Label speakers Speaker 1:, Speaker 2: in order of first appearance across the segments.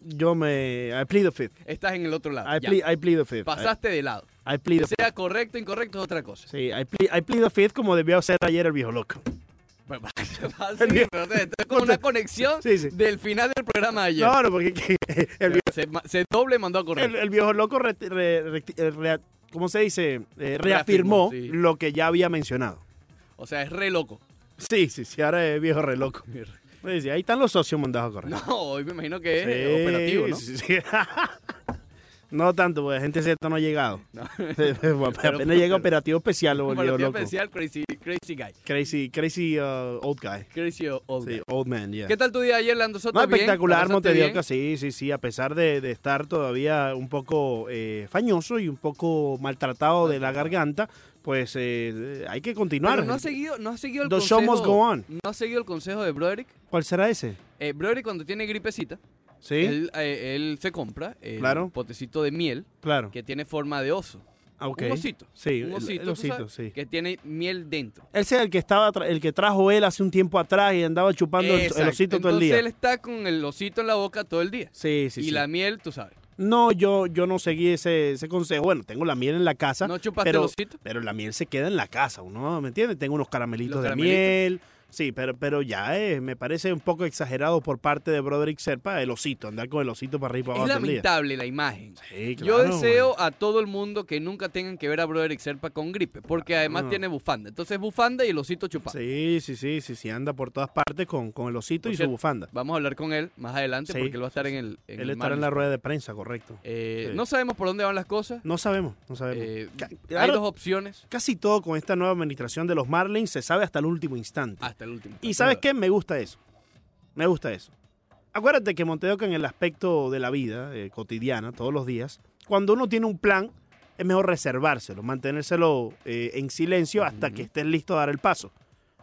Speaker 1: yo me... I plead the fifth.
Speaker 2: Estás en el otro lado.
Speaker 1: I
Speaker 2: Ah, ya.
Speaker 1: plead, I plead the fifth.
Speaker 2: Pasaste de lado.
Speaker 1: I, I plead
Speaker 2: Que
Speaker 1: the fifth.
Speaker 2: sea correcto o incorrecto es otra cosa.
Speaker 1: Sí, I plead, I plead the fifth como debió ser ayer el viejo loco.
Speaker 2: Bueno, va- va a seguir, pero esto es como una conexión
Speaker 1: Sí, sí.
Speaker 2: del final del programa de ayer.
Speaker 1: No, no, porque el, vie-
Speaker 2: se, ma- se doble mandó a
Speaker 1: el-
Speaker 2: correr.
Speaker 1: el viejo loco, re- re- re- eh, rea- ¿cómo se dice? Eh, reafirmó
Speaker 2: Reafirmó, sí.
Speaker 1: lo que ya había mencionado.
Speaker 2: O sea, es re loco.
Speaker 1: Sí, sí, sí, ahora es viejo re loco. Pues sí, ahí están los socios mandados a correr.
Speaker 2: No, hoy me imagino que es
Speaker 1: Sí,
Speaker 2: operativo, ¿no?
Speaker 1: sí, sí. No tanto, porque gente Z no ha llegado. pues,
Speaker 2: No.
Speaker 1: Apenas llega operativo especial, lo volvió
Speaker 2: Operativo
Speaker 1: loco.
Speaker 2: especial, crazy, crazy guy.
Speaker 1: Crazy, crazy uh, old guy.
Speaker 2: Crazy old
Speaker 1: Sí,
Speaker 2: guy.
Speaker 1: old man, yeah.
Speaker 2: ¿Qué tal tu día ayer, Lando Soto?
Speaker 1: No,
Speaker 2: Bien,
Speaker 1: espectacular,
Speaker 2: ¿la pasaste bien?
Speaker 1: Montedioca, sí, sí, sí, a pesar de, de estar todavía un poco eh, fañoso y un poco maltratado de la garganta, pues eh, hay que continuar.
Speaker 2: Pero no ha seguido, no ha seguido el
Speaker 1: The show
Speaker 2: consejo.
Speaker 1: must go on.
Speaker 2: No ha seguido el consejo de Broderick.
Speaker 1: ¿Cuál será ese?
Speaker 2: Eh, Broderick cuando tiene gripecita,
Speaker 1: Sí,
Speaker 2: él, eh, él se compra el
Speaker 1: Claro.
Speaker 2: potecito de miel
Speaker 1: claro.
Speaker 2: que tiene forma de oso.
Speaker 1: Ah, ok.
Speaker 2: Un osito.
Speaker 1: Sí,
Speaker 2: un
Speaker 1: el-
Speaker 2: osito,
Speaker 1: el
Speaker 2: tú
Speaker 1: osito,
Speaker 2: sabes,
Speaker 1: sí.
Speaker 2: que tiene miel dentro.
Speaker 1: Ese es el que estaba, tra- el que trajo él hace un tiempo atrás y andaba chupando el- el,
Speaker 2: Exacto.
Speaker 1: osito todo el día.
Speaker 2: Entonces él está con el osito en la boca todo el día.
Speaker 1: Sí, sí,
Speaker 2: y
Speaker 1: sí.
Speaker 2: la miel, tú sabes.
Speaker 1: No, yo, yo no seguí ese, ese consejo. Bueno, tengo la miel en la casa.
Speaker 2: ¿No chupaste
Speaker 1: pero,
Speaker 2: el osito?
Speaker 1: Pero la miel se queda en la casa, ¿no? ¿Me entiendes? Tengo unos caramelitos
Speaker 2: Los
Speaker 1: de
Speaker 2: caramelitos.
Speaker 1: miel. Sí, pero, pero ya eh, me parece un poco exagerado por parte de Broderick Serpa el osito, andar con el osito para arriba y para
Speaker 2: Es
Speaker 1: abajo todo el día.
Speaker 2: lamentable la imagen.
Speaker 1: Sí,
Speaker 2: Yo
Speaker 1: claro,
Speaker 2: deseo a todo el mundo que nunca tengan que ver a Broderick Serpa con gripe, porque además
Speaker 1: Claro.
Speaker 2: tiene bufanda. Entonces bufanda y el osito
Speaker 1: man.
Speaker 2: chupado.
Speaker 1: Sí, sí, sí, sí, sí, anda por todas partes con, con el osito
Speaker 2: Por
Speaker 1: y
Speaker 2: cierto,
Speaker 1: su bufanda.
Speaker 2: Vamos a hablar con él más adelante
Speaker 1: Sí,
Speaker 2: porque él va a estar
Speaker 1: sí,
Speaker 2: en el. en
Speaker 1: Él
Speaker 2: el
Speaker 1: estará en la
Speaker 2: Marlins.
Speaker 1: rueda de prensa, correcto.
Speaker 2: Eh,
Speaker 1: Sí.
Speaker 2: No sabemos por dónde van las cosas.
Speaker 1: No sabemos, no sabemos.
Speaker 2: Eh,
Speaker 1: Ca-
Speaker 2: hay
Speaker 1: ahora-
Speaker 2: dos opciones
Speaker 1: Casi todo con esta nueva administración de los Marlins se sabe hasta el último instante.
Speaker 2: hasta el último.
Speaker 1: Y sabes qué, me gusta eso. Me gusta eso. Acuérdate que Monteoca en el aspecto de la vida eh, cotidiana, todos los días, cuando uno tiene un plan, es mejor reservárselo, mantenérselo eh, en silencio hasta
Speaker 2: Ujú.
Speaker 1: que estés listo a dar el paso.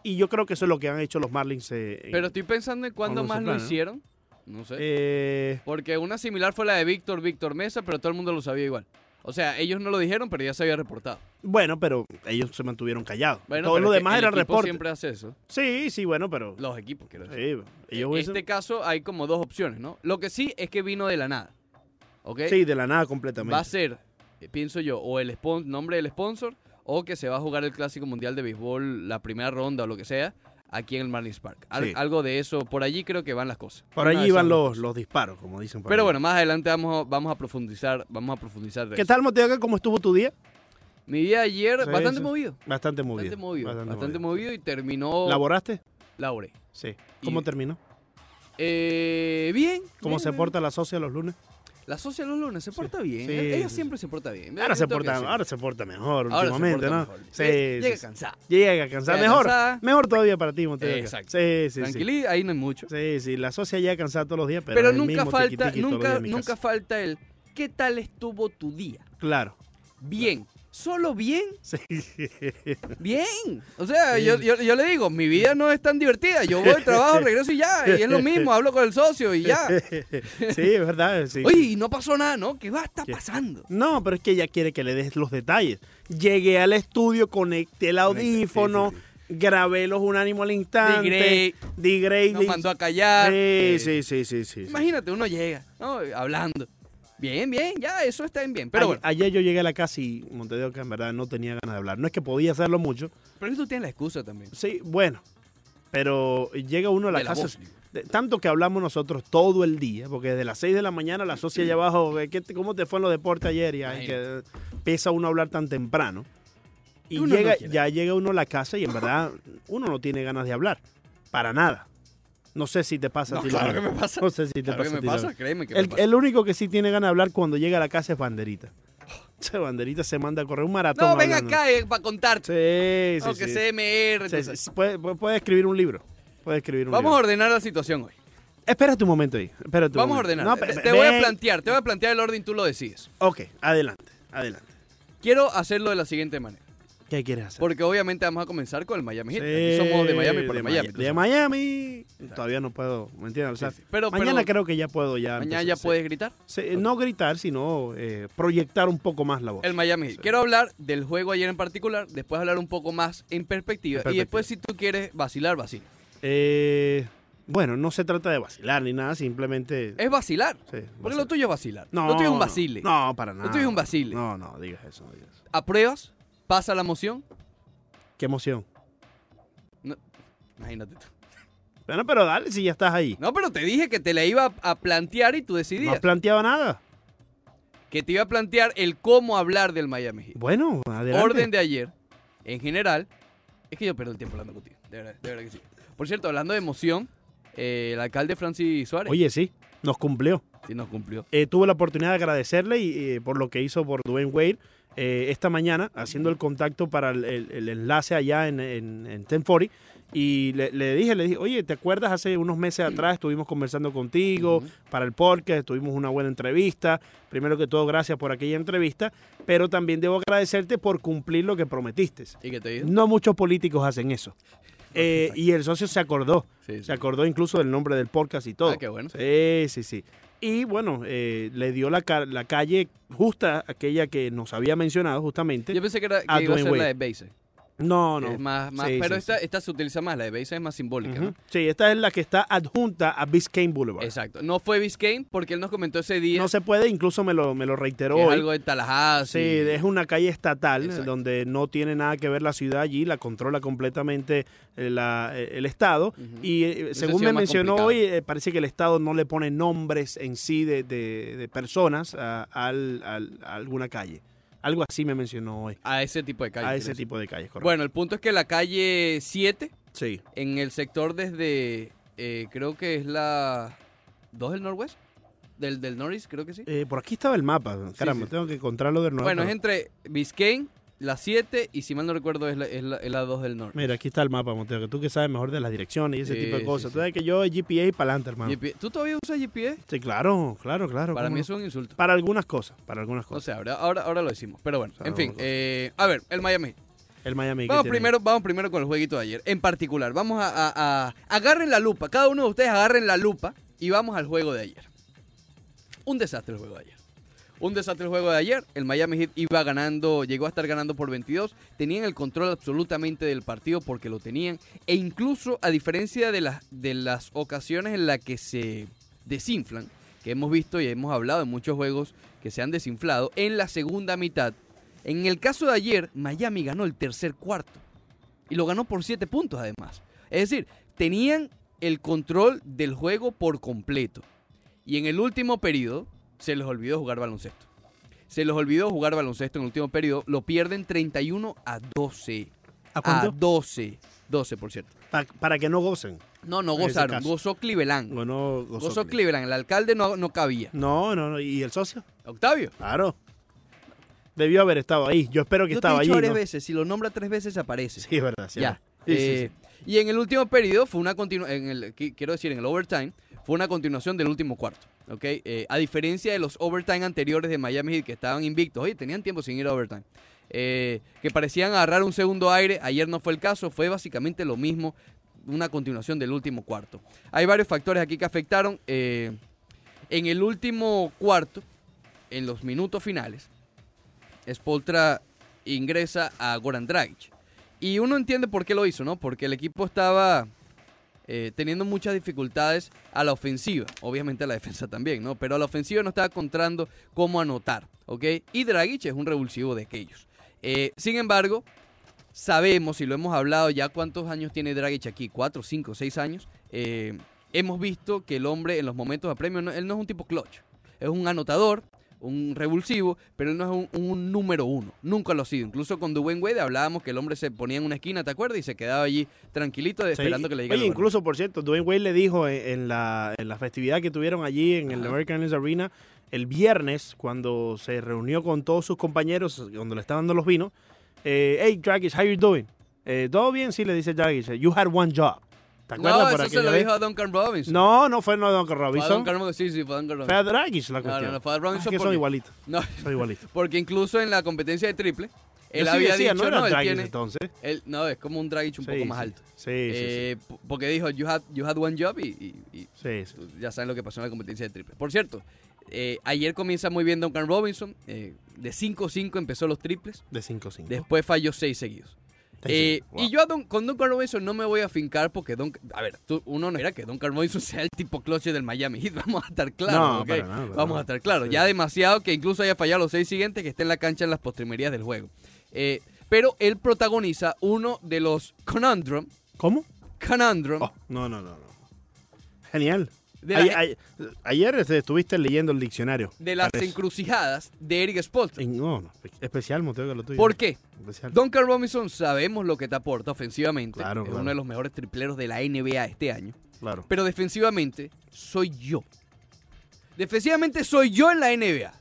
Speaker 1: Y yo creo que eso es lo que han hecho los Marlins. eh, en-
Speaker 2: Pero estoy pensando en cuándo
Speaker 1: Con los
Speaker 2: más lo
Speaker 1: Soprano, ¿no?
Speaker 2: hicieron. No sé.
Speaker 1: eh,
Speaker 2: Porque una similar fue la de Víctor, Víctor Mesa, pero todo el mundo lo sabía igual. O sea, ellos no lo dijeron, pero ya se había reportado.
Speaker 1: bueno, pero ellos se mantuvieron callados.
Speaker 2: Bueno,
Speaker 1: Todo
Speaker 2: pero
Speaker 1: lo
Speaker 2: es que
Speaker 1: demás
Speaker 2: el
Speaker 1: era
Speaker 2: equipo
Speaker 1: reporte.
Speaker 2: siempre hace eso.
Speaker 1: Sí, sí, bueno, pero...
Speaker 2: Los equipos, quiero decir.
Speaker 1: sí, ellos
Speaker 2: en
Speaker 1: hubiesen-
Speaker 2: este caso hay como dos opciones, ¿no? Lo que sí es que vino de la nada. ¿Ok?
Speaker 1: Sí, de la nada
Speaker 2: va a
Speaker 1: completamente.
Speaker 2: ser, eh, pienso yo, o el spon- nombre del sponsor, o que se va a jugar el Clásico Mundial de Béisbol, la primera ronda o lo que sea, aquí en el Marlins Park. Al-
Speaker 1: Sí.
Speaker 2: Algo de eso, por allí creo que van las cosas.
Speaker 1: Por
Speaker 2: Una de
Speaker 1: allí
Speaker 2: esas
Speaker 1: van
Speaker 2: dos.
Speaker 1: los, los disparos, como dicen. por
Speaker 2: Pero
Speaker 1: ahí.
Speaker 2: bueno, pues. más adelante vamos a, vamos a profundizar, vamos a profundizar de
Speaker 1: ¿Qué
Speaker 2: eso.
Speaker 1: tal, Monteoca? ¿Cómo estuvo tu día?
Speaker 2: Mi día ayer,
Speaker 1: Sí,
Speaker 2: bastante
Speaker 1: sí.
Speaker 2: movido.
Speaker 1: Bastante movido.
Speaker 2: Bastante movido, bastante, movido. y terminó
Speaker 1: ¿Laboraste?
Speaker 2: Laure.
Speaker 1: Sí.
Speaker 2: Y-
Speaker 1: ¿Cómo terminó?
Speaker 2: Eh, bien.
Speaker 1: ¿Cómo
Speaker 2: bien,
Speaker 1: se
Speaker 2: bien.
Speaker 1: porta la socia los lunes?
Speaker 2: La socia los lunes se porta bien.
Speaker 1: sí,
Speaker 2: Ella
Speaker 1: sí,
Speaker 2: siempre se porta bien.
Speaker 1: Ahora
Speaker 2: Yo
Speaker 1: se
Speaker 2: tengo que
Speaker 1: porta,
Speaker 2: decirlo.
Speaker 1: ahora se porta mejor
Speaker 2: Ahora se
Speaker 1: últimamente,
Speaker 2: porta
Speaker 1: ¿no?
Speaker 2: mejor.
Speaker 1: Sí,
Speaker 2: Llega-
Speaker 1: sí,
Speaker 2: llega
Speaker 1: sí.
Speaker 2: cansada.
Speaker 1: Llega a cansar.
Speaker 2: Llega
Speaker 1: Mejor.
Speaker 2: cansada.
Speaker 1: Mejor todavía para ti, Montevideo.
Speaker 2: Exacto.
Speaker 1: Sí, sí, sí.
Speaker 2: Tranquilí, ahí no hay mucho.
Speaker 1: Sí, sí, la socia llega cansada todos los días, pero,
Speaker 2: Pero
Speaker 1: es el
Speaker 2: nunca
Speaker 1: mismo
Speaker 2: falta,
Speaker 1: tiquitiqui todos los
Speaker 2: nunca,
Speaker 1: días en mi
Speaker 2: nunca
Speaker 1: casa.
Speaker 2: falta el ¿qué tal estuvo tu día?
Speaker 1: Claro.
Speaker 2: Bien. ¿Solo bien?
Speaker 1: Sí.
Speaker 2: Bien. O sea,
Speaker 1: Sí.
Speaker 2: yo, yo- yo le digo, mi vida no es tan divertida. Yo voy al trabajo, regreso y ya. Y es lo mismo, hablo con el socio y ya.
Speaker 1: sí, es verdad. Sí.
Speaker 2: Oye, y no pasó nada, ¿no? ¿Qué va a estar
Speaker 1: ¿Qué?
Speaker 2: pasando?
Speaker 1: No, pero es que ella quiere que le des los detalles. Llegué al estudio, conecté el audífono, grabé los unánimos al instante.
Speaker 2: Digrey.
Speaker 1: Digrey.
Speaker 2: Nos mandó a callar.
Speaker 1: Sí,
Speaker 2: Eh,
Speaker 1: sí, sí, sí, sí. sí.
Speaker 2: Imagínate, uno llega, ¿no? Hablando. Bien, bien, ya, eso está en bien. Pero
Speaker 1: Ayer-
Speaker 2: bueno,
Speaker 1: ayer yo llegué a la casa y Montevideo que en verdad no tenía ganas de hablar. No es que podía hacerlo mucho.
Speaker 2: pero tú tienes la excusa también.
Speaker 1: Sí, bueno. Pero llega uno a la
Speaker 2: De la
Speaker 1: casa.
Speaker 2: voz, digo.
Speaker 1: de- tanto que hablamos nosotros todo el día, porque desde las 6 de la mañana la socia allá abajo, eh, ¿qué te- ¿cómo te fue en los deportes ayer? Y ay, que empieza uno a hablar tan temprano. Y
Speaker 2: Uno no
Speaker 1: llega,
Speaker 2: quiere.
Speaker 1: ya llega uno a la casa y en verdad uno no tiene ganas de hablar. Para nada. No sé si te pasa a
Speaker 2: No,
Speaker 1: ti.
Speaker 2: claro
Speaker 1: Laura.
Speaker 2: que me pasa.
Speaker 1: No sé si te
Speaker 2: Claro
Speaker 1: pasa
Speaker 2: que
Speaker 1: a
Speaker 2: me
Speaker 1: ti, Laura.
Speaker 2: pasa, créeme que me
Speaker 1: El,
Speaker 2: pasa.
Speaker 1: el único que sí tiene ganas de hablar cuando llega a la casa es Banderita. Ese Banderita se manda a correr un maratón.
Speaker 2: No, ven
Speaker 1: hablando.
Speaker 2: acá eh, para contarte.
Speaker 1: Sí, sí,
Speaker 2: Aunque
Speaker 1: sí.
Speaker 2: CMR.
Speaker 1: Sí,
Speaker 2: tú
Speaker 1: sí,
Speaker 2: sabes.
Speaker 1: sí. Puede, puede- puede escribir un libro. Puede escribir un
Speaker 2: Vamos a
Speaker 1: libro.
Speaker 2: ordenar la situación hoy.
Speaker 1: Espérate un momento ahí. Espérate un
Speaker 2: Vamos a
Speaker 1: momento.
Speaker 2: ordenar.
Speaker 1: No,
Speaker 2: te
Speaker 1: pe-
Speaker 2: te voy a
Speaker 1: ven.
Speaker 2: plantear, te voy a plantear el orden, tú lo decides.
Speaker 1: Ok, adelante, adelante.
Speaker 2: Quiero hacerlo de la siguiente manera,
Speaker 1: ¿Qué quieres hacer?
Speaker 2: porque obviamente vamos a comenzar con el Miami Heat. Aquí
Speaker 1: Sí,
Speaker 2: somos de Miami para
Speaker 1: de
Speaker 2: Miami.
Speaker 1: Maya-
Speaker 2: tú
Speaker 1: De
Speaker 2: sabes.
Speaker 1: Miami. Todavía no puedo, ¿me entiendes? O sea,
Speaker 2: Sí, sí. Pero-
Speaker 1: mañana
Speaker 2: pero-
Speaker 1: creo que ya puedo ya.
Speaker 2: Mañana
Speaker 1: empezar,
Speaker 2: ya
Speaker 1: sí.
Speaker 2: puedes gritar.
Speaker 1: Sí, eh, No gritar, sino eh, proyectar un poco más la voz.
Speaker 2: El Miami Heat.
Speaker 1: Sí.
Speaker 2: Quiero hablar del juego ayer en particular, después hablar un poco más en perspectiva,
Speaker 1: En
Speaker 2: y después si tú quieres vacilar, vacila.
Speaker 1: Eh, Bueno, no se trata de vacilar ni nada, simplemente.
Speaker 2: Es vacilar.
Speaker 1: sí,
Speaker 2: Porque
Speaker 1: vacilar.
Speaker 2: lo tuyo es vacilar.
Speaker 1: No,
Speaker 2: lo tuyo es un
Speaker 1: no,
Speaker 2: vacile.
Speaker 1: No, para nada.
Speaker 2: Lo tuyo es un vacile.
Speaker 1: No, no, digas eso, no digas eso.
Speaker 2: Apruebas, pasa la moción.
Speaker 1: Qué emoción.
Speaker 2: Imagínate tú.
Speaker 1: Bueno, pero dale si ya estás ahí.
Speaker 2: No, pero te dije que te la iba a a plantear y tú
Speaker 1: No
Speaker 2: decidías.
Speaker 1: has planteado nada.
Speaker 2: que te iba a plantear el cómo hablar del Miami Heat.
Speaker 1: Bueno, adelante.
Speaker 2: Orden de ayer, en general, es que yo pierdo el tiempo hablando contigo. De verdad, de verdad que sí. Por cierto, hablando de emoción, eh, el alcalde Francis Suárez
Speaker 1: Oye, sí, nos cumplió.
Speaker 2: sí nos cumplió.
Speaker 1: Eh, tuve la oportunidad de agradecerle y, eh, por lo que hizo por Dwayne Wade eh, esta mañana, haciendo el contacto para el, el- el enlace allá en, en, en 1040. Y le, le dije, le dije, oye, ¿te acuerdas? Hace unos meses atrás estuvimos conversando contigo
Speaker 2: Ujú.
Speaker 1: para el podcast, tuvimos una buena entrevista. Primero que todo, gracias por aquella entrevista, pero también debo agradecerte por cumplir lo que prometiste.
Speaker 2: ¿Y qué te dijo?
Speaker 1: No muchos políticos hacen eso. Eh, y el socio se acordó,
Speaker 2: Sí, sí.
Speaker 1: se acordó incluso del nombre del podcast y todo.
Speaker 2: Ah, qué bueno.
Speaker 1: Sí, sí, sí. Y bueno, eh, le dio la, ca- la calle justa, aquella que nos había mencionado justamente.
Speaker 2: Yo pensé que, era, que
Speaker 1: Ah,
Speaker 2: iba a
Speaker 1: Dwayne
Speaker 2: ser la
Speaker 1: Wade.
Speaker 2: de Base.
Speaker 1: no, no.
Speaker 2: más, más-
Speaker 1: Sí,
Speaker 2: pero
Speaker 1: sí,
Speaker 2: esta, esta se utiliza más, la de Base es más simbólica,
Speaker 1: Ujú.
Speaker 2: ¿no?
Speaker 1: Sí, esta es la que está adjunta a Biscayne Boulevard.
Speaker 2: Exacto. No fue Biscayne porque él nos comentó ese día
Speaker 1: No se puede, incluso me lo, me lo
Speaker 2: que
Speaker 1: reiteró
Speaker 2: es
Speaker 1: hoy.
Speaker 2: algo de Tallahassee.
Speaker 1: Sí, es una calle estatal
Speaker 2: Exacto.
Speaker 1: donde no tiene nada que ver la ciudad allí, la controla completamente eh, la- eh, el Estado.
Speaker 2: Ujú.
Speaker 1: Y eh,
Speaker 2: Hubiese
Speaker 1: según
Speaker 2: sido
Speaker 1: me
Speaker 2: más
Speaker 1: mencionó
Speaker 2: complicado.
Speaker 1: hoy, eh, parece que el Estado no le pone nombres en sí de, de- de personas a, al- al- a alguna calle. Algo así me mencionó hoy.
Speaker 2: A ese tipo de calles.
Speaker 1: a ese
Speaker 2: ¿crees?
Speaker 1: tipo de calles, correcto.
Speaker 2: Bueno, el punto es que la calle 7
Speaker 1: sí.
Speaker 2: en el sector desde, eh, creo que es la 2 del Norwest, del, del Norris, creo que sí.
Speaker 1: Eh, por aquí estaba el mapa. Caramba,
Speaker 2: sí.
Speaker 1: tengo que encontrarlo de nuevo.
Speaker 2: bueno, es
Speaker 1: pero-
Speaker 2: entre Biscayne, la 7 y si mal no recuerdo es la, es la, es la 2 del Norris.
Speaker 1: Mira, aquí está el mapa, Monteo, que tú que sabes mejor de las direcciones y ese
Speaker 2: Sí,
Speaker 1: tipo de
Speaker 2: sí,
Speaker 1: cosas.
Speaker 2: sí.
Speaker 1: Tú sabes que yo es GPA y para adelante, hermano.
Speaker 2: GP ¿Tú todavía usas GPS?
Speaker 1: Sí, claro, claro, claro.
Speaker 2: Para
Speaker 1: cómo
Speaker 2: mí
Speaker 1: no.
Speaker 2: eso es un insulto.
Speaker 1: Para algunas cosas, para algunas
Speaker 2: No
Speaker 1: cosas.
Speaker 2: sé, ahora, ahora, ahora lo decimos. Pero bueno,
Speaker 1: O sea,
Speaker 2: en fin.
Speaker 1: no-
Speaker 2: eh, a ver, el Miami.
Speaker 1: El Miami. que
Speaker 2: Vamos
Speaker 1: tiene-
Speaker 2: primero, vamos primero con el jueguito de ayer. En particular, vamos a, a- a- Agarren la lupa. Cada uno de ustedes agarren la lupa y vamos al juego de ayer. Un desastre el juego de ayer. Un desastre el juego de ayer. El Miami Heat iba ganando, llegó a estar ganando por 22. Tenían el control absolutamente del partido porque lo tenían. E incluso, a diferencia de las, de las ocasiones en las que se desinflan, que hemos visto y hemos hablado en muchos juegos que se han desinflado, en la segunda mitad. En el caso de ayer, Miami ganó el tercer cuarto. Y lo ganó por 7 puntos además. Es decir, tenían el control del juego por completo. Y en el último periodo se les olvidó jugar baloncesto. Se les olvidó jugar baloncesto en el último periodo. Lo pierden 31 a 12.
Speaker 1: ¿A cuánto?
Speaker 2: 12. 12, por cierto.
Speaker 1: Pa- para que no gocen.
Speaker 2: No, no
Speaker 1: En ese
Speaker 2: gozaron.
Speaker 1: caso.
Speaker 2: Gozó Cleveland.
Speaker 1: O no gozó
Speaker 2: Gozó
Speaker 1: Cleveland.
Speaker 2: Cleveland. El alcalde no, no cabía.
Speaker 1: No, no, no. ¿Y el socio?
Speaker 2: Octavio.
Speaker 1: Claro. Debió haber estado ahí. Yo espero que
Speaker 2: Yo te
Speaker 1: estaba
Speaker 2: he
Speaker 1: allí.
Speaker 2: dicho varias
Speaker 1: ¿no?
Speaker 2: veces. Si lo nombra tres veces aparece.
Speaker 1: Sí, es verdad. sí, es
Speaker 2: Ya.
Speaker 1: verdad. Sí, sí,
Speaker 2: Eh, Y en el último periodo fue una continuación, quiero decir, en el overtime, fue una continuación del último cuarto. ¿ok? Eh, a diferencia de los overtime anteriores de Miami Heat que estaban invictos, oye, tenían tiempo sin ir a overtime. eh, que parecían agarrar un segundo aire, ayer no fue el caso, fue básicamente lo mismo, una continuación del último cuarto. Hay varios factores aquí que afectaron. eh, en el último cuarto, en los minutos finales, Spoltra ingresa a Goran Dragic. Y uno entiende por qué lo hizo, ¿no? Porque el equipo estaba eh, teniendo muchas dificultades a la ofensiva. Obviamente a la defensa también, ¿no? Pero a la ofensiva no estaba encontrando cómo anotar, ¿ok? Y Dragic es un revulsivo de aquellos. Eh, sin embargo, sabemos y lo hemos hablado ya cuántos años tiene Dragic aquí, cuatro, cinco, seis años. Eh, hemos visto que el hombre en los momentos de premio, no- él no es un tipo clutch, es un anotador, un revulsivo, pero él no es un, un número uno, nunca lo ha sido. Incluso con Dwayne Wade hablábamos que el hombre se ponía en una esquina, ¿te acuerdas? Y se quedaba allí tranquilito
Speaker 1: sí.
Speaker 2: esperando que le llegara
Speaker 1: Oye,
Speaker 2: el balón.
Speaker 1: incluso, por cierto, Dwayne Wade le dijo en, en la, en la festividad que tuvieron allí en el
Speaker 2: Ajá.
Speaker 1: American Airlines Arena el viernes, cuando se reunió con todos sus compañeros, cuando le estaban dando los vinos. eh, hey, Dragic, how you doing? Eh, ¿Todo bien? Sí, le dice Dragic. You had one job. ¿Te acuerdas
Speaker 2: No,
Speaker 1: por
Speaker 2: eso se
Speaker 1: aquella
Speaker 2: lo
Speaker 1: vez?
Speaker 2: dijo a Duncan Robinson.
Speaker 1: No, no fue no Duncan
Speaker 2: Fue a
Speaker 1: Robinson.
Speaker 2: Duncan Robinson, sí, sí, fue a Duncan
Speaker 1: Fue
Speaker 2: Robinson.
Speaker 1: a Dragic la
Speaker 2: No,
Speaker 1: cuestión.
Speaker 2: no, no, fue a
Speaker 1: Ah, es
Speaker 2: Robinson
Speaker 1: que son
Speaker 2: porque-
Speaker 1: igualitos.
Speaker 2: No,
Speaker 1: Son igualitos.
Speaker 2: porque incluso en la competencia de triple, él
Speaker 1: Yo sí
Speaker 2: había
Speaker 1: decía,
Speaker 2: dicho,
Speaker 1: no, era
Speaker 2: no, él
Speaker 1: Dragic,
Speaker 2: tiene...
Speaker 1: entonces.
Speaker 2: él- no, es como un Dragic un
Speaker 1: Sí,
Speaker 2: poco
Speaker 1: sí.
Speaker 2: más alto.
Speaker 1: Sí, sí, sí.
Speaker 2: Eh, po- Porque dijo, you had, you had one job y, y- y
Speaker 1: Sí, sí.
Speaker 2: tú- ya saben lo que pasó en la competencia de triple. Por cierto, eh, ayer comienza muy bien Duncan Robinson. eh, de 5-5 empezó los triples.
Speaker 1: De 5-5.
Speaker 2: Después falló 6 seguidos. Eh,
Speaker 3: Wow.
Speaker 2: Y yo a Don- con Don Carl Robinson no me voy a fincar porque Don, a ver, tú- uno no era que Don Carl Robinson sea el tipo cloche del Miami Heat, vamos a estar claros,
Speaker 1: No,
Speaker 2: ¿ok?
Speaker 1: para nada, para
Speaker 2: vamos
Speaker 1: nada.
Speaker 2: a estar claros,
Speaker 1: Sí.
Speaker 2: ya demasiado que incluso haya fallado los seis siguientes que esté en la cancha en las postrimerías del juego. Eh, pero él protagoniza uno de los conundrum,
Speaker 1: ¿Cómo?
Speaker 2: conundrum
Speaker 1: Oh, no, no, no, no. Genial.
Speaker 2: de, la-
Speaker 1: Ay- ay- ayer este, estuviste leyendo el diccionario.
Speaker 2: de las
Speaker 1: parece.
Speaker 2: encrucijadas de Eric Spolstra.
Speaker 1: En- no, no, especial, Mateo, que lo tuyo.
Speaker 2: ¿Por qué?
Speaker 1: Especial.
Speaker 2: Duncan Robinson sabemos lo que te aporta ofensivamente,
Speaker 1: Claro,
Speaker 2: es
Speaker 1: claro.
Speaker 2: uno de los mejores tripleros de la NBA este año.
Speaker 1: Claro.
Speaker 2: Pero defensivamente soy yo. Defensivamente soy yo en la NBA.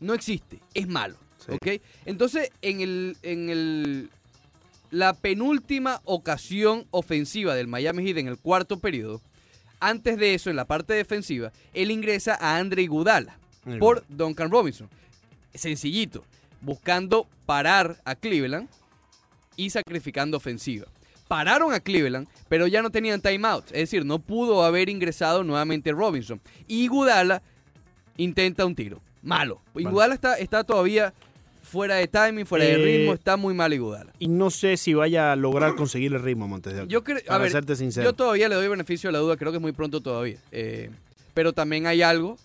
Speaker 2: No existe. Es malo.
Speaker 1: Sí.
Speaker 2: ¿Ok? Entonces, en el. En el la penúltima ocasión ofensiva del Miami Heat en el cuarto periodo. Antes de eso, en la parte defensiva, él ingresa a Andre Iguodala
Speaker 1: Muy
Speaker 2: por Duncan Robinson. Sencillito, buscando parar a Cleveland y sacrificando ofensiva. Pararon a Cleveland, pero ya no tenían timeouts, es decir, no pudo haber ingresado nuevamente Robinson. Y Gudala intenta un tiro, malo. Y
Speaker 1: Vale.
Speaker 2: Iguodala está, está todavía fuera de timing, fuera de
Speaker 1: Eh,
Speaker 2: ritmo, está muy mal Iguodala.
Speaker 1: Y no sé si vaya a lograr conseguir el ritmo, Montes de Oca,
Speaker 2: Yo creo- a
Speaker 1: Para
Speaker 2: ver,
Speaker 1: serte sincero.
Speaker 2: Yo todavía le doy beneficio a la duda, creo que es muy pronto todavía. Eh, pero también hay algo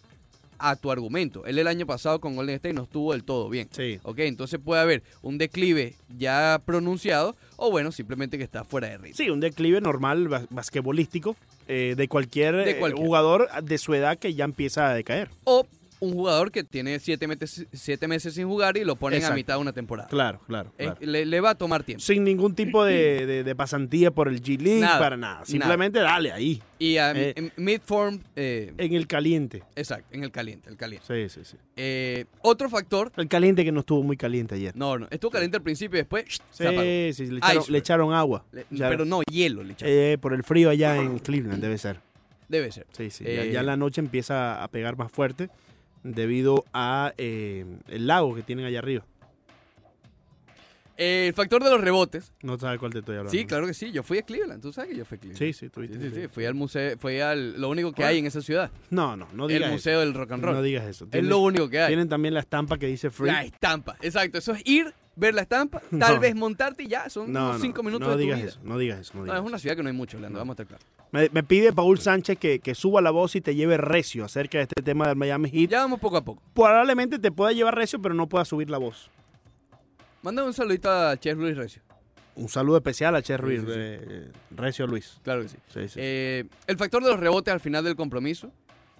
Speaker 2: a tu argumento. Él el año pasado con Golden State no estuvo del todo bien.
Speaker 1: sí.
Speaker 2: Ok, entonces puede haber un declive ya pronunciado o bueno, simplemente que está fuera de ritmo.
Speaker 1: Sí, un declive normal bas- basquetbolístico eh, de cualquier
Speaker 2: De
Speaker 1: eh,
Speaker 2: cualquier.
Speaker 1: jugador de su edad que ya empieza a decaer.
Speaker 2: O un jugador que tiene siete meses, siete meses sin jugar y lo ponen a
Speaker 1: Exacto.
Speaker 2: mitad de una temporada.
Speaker 1: Claro, claro.
Speaker 2: Eh,
Speaker 1: claro.
Speaker 2: le, le va a tomar tiempo.
Speaker 1: Sin ningún tipo de, de- de pasantía por el G-League,
Speaker 2: Nada,
Speaker 1: para nada. Simplemente dale ahí,
Speaker 2: Y a
Speaker 1: Eh,
Speaker 2: en mid-form, eh,
Speaker 1: en el caliente.
Speaker 2: exacto, en el caliente, el caliente.
Speaker 1: Sí, sí, sí.
Speaker 2: Eh, otro factor,
Speaker 1: El caliente que no estuvo muy caliente ayer.
Speaker 2: no, no, estuvo caliente al principio y después se apagó.
Speaker 1: Sí, sí, le echaron,
Speaker 2: Iceberg.
Speaker 1: le echaron agua.
Speaker 2: Le-
Speaker 1: Ya-
Speaker 2: pero no, hielo le echaron.
Speaker 1: eh, por el frío allá en Cleveland, debe ser.
Speaker 2: Debe ser.
Speaker 1: Sí, sí. ya-
Speaker 2: Eh,
Speaker 1: ya, la noche empieza a pegar más fuerte debido a eh, el lago que tienen allá arriba.
Speaker 2: Eh, el factor de los rebotes.
Speaker 1: No sabes cuál te estoy hablando.
Speaker 2: Sí, claro que sí. Yo fui a Cleveland. Tú sabes que yo fui a Cleveland.
Speaker 1: Sí, sí,
Speaker 2: Sí,
Speaker 1: tuviste.
Speaker 2: sí, sí, Fui al museo, fui al... Lo único que hay en esa ciudad.
Speaker 1: No, no, no
Speaker 2: el
Speaker 1: digas eso.
Speaker 2: museo del rock and roll.
Speaker 1: No digas eso.
Speaker 2: es
Speaker 1: Tienen,
Speaker 2: lo único que hay.
Speaker 1: tienen también la estampa que dice Free.
Speaker 2: La estampa. Exacto. Eso es ir, ver la estampa, tal
Speaker 1: No.
Speaker 2: vez montarte y ya. Son
Speaker 1: no,
Speaker 2: unos
Speaker 1: no,
Speaker 2: cinco minutos
Speaker 1: no
Speaker 2: de tu
Speaker 1: digas
Speaker 2: vida.
Speaker 1: eso, no digas eso. no
Speaker 2: No,
Speaker 1: digas
Speaker 2: es una ciudad que no hay mucho, Leandro.
Speaker 1: No.
Speaker 2: Vamos a estar claros.
Speaker 1: eso. Me, me pide Paul Sánchez que, que suba la voz y te lleve recio acerca de este tema del Miami Heat.
Speaker 2: Ya vamos poco a poco.
Speaker 1: Probablemente te pueda llevar recio, pero no pueda subir la voz.
Speaker 2: Manda un saludito a Ches Luis Recio.
Speaker 1: Un saludo especial a Che Ruiz,
Speaker 2: sí, sí.
Speaker 1: eh, Recio Luis.
Speaker 2: Claro que sí.
Speaker 1: Sí, sí.
Speaker 2: Eh, el factor de los rebotes al final del compromiso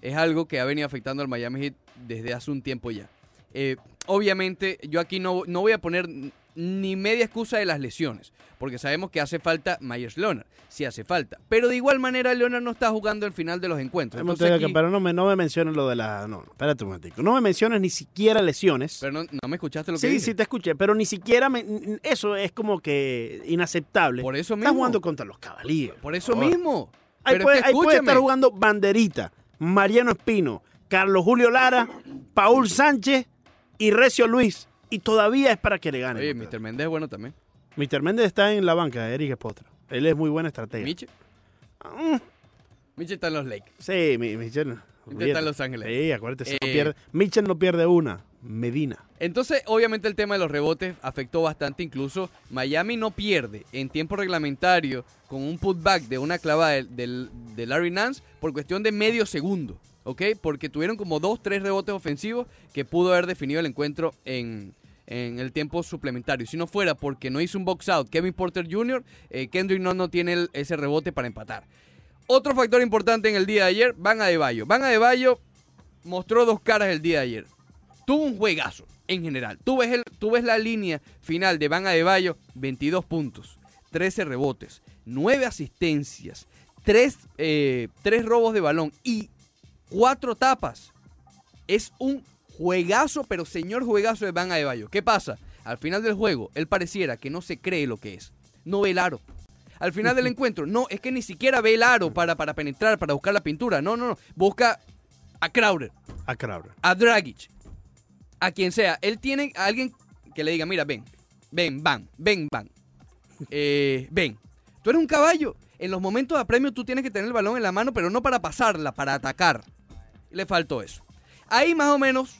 Speaker 2: es algo que ha venido afectando al Miami Heat desde hace un tiempo ya. Eh, obviamente, yo aquí no, no voy a poner n- ni media excusa de las lesiones, porque sabemos que hace falta Myers Leonard, si hace falta. Pero de igual manera, Leonard no está jugando el final de los encuentros.
Speaker 1: Hemos
Speaker 2: Entonces
Speaker 1: tenido
Speaker 2: aquí-
Speaker 1: que- pero no me, no me menciones lo de la... No, no, espérate un momentico. No me menciones ni siquiera lesiones.
Speaker 2: pero no, no me escuchaste lo que
Speaker 1: sí,
Speaker 2: dije.
Speaker 1: sí te escuché, pero ni siquiera... me- n- eso es como que inaceptable.
Speaker 2: Por eso
Speaker 1: Estás
Speaker 2: mismo.
Speaker 1: jugando contra los cabalíes.
Speaker 2: Por eso
Speaker 1: favor.
Speaker 2: mismo.
Speaker 1: Ahí
Speaker 2: Pero es
Speaker 1: puede,
Speaker 2: que
Speaker 1: ahí puede
Speaker 2: escúchame.
Speaker 1: estar jugando Banderita, Mariano Espino, Carlos Julio Lara, Paul Sánchez y Recio Luis. Y todavía es para que le gane.
Speaker 2: Oye,
Speaker 1: Montes.
Speaker 2: Mr. Méndez es bueno también.
Speaker 1: Mr. Méndez está en la banca de Eric Espostra. Él es muy buen estratega.
Speaker 2: Miche.
Speaker 1: Mm,
Speaker 2: Miche está en los Lakers.
Speaker 1: sí, mi- Michel.
Speaker 2: Miche está
Speaker 1: olvídate.
Speaker 2: en Los Ángeles.
Speaker 1: Sí, acuérdate, si no
Speaker 2: Eh.
Speaker 1: pierde- Michel no pierde una. Medina.
Speaker 2: Entonces, obviamente el tema de los rebotes afectó bastante. Incluso Miami no pierde en tiempo reglamentario con un putback de una clavada del- del- de, Larry Nance por cuestión de medio segundo, ¿ok? Porque tuvieron como dos, tres rebotes ofensivos que pudo haber definido el encuentro en, en el tiempo suplementario. Si no fuera porque no hizo un box out Kevin Porter Jr., eh, Kendrick Nunn no tiene el- ese rebote para empatar. Otro factor importante en el día de ayer, Van Adebayo. Van Adebayo mostró dos caras el día de ayer. Tuvo un juegazo en general. Tú ves, el, tú ves la línea final de Van Adebayo, 22 puntos, 13 rebotes, 9 asistencias, 3, robos de balón y 4 tapas. Es un juegazo, pero señor juegazo de Van Adebayo. ¿Qué pasa? Al final del juego, él pareciera que no se cree lo que es. No ve el aro. Al final del encuentro, no, es que ni siquiera ve el aro para, para penetrar, para buscar la pintura. No, no, no. Busca a Crowder
Speaker 1: A Crabra.
Speaker 2: a Dragic, a quien sea, él tiene a alguien que le diga, mira, ven, ven, van, ven, van, eh, ven. Tú eres un caballo. En los momentos de apremio tú tienes que tener el balón en la mano, pero no para pasarla, para atacar. Le faltó eso. Ahí más o menos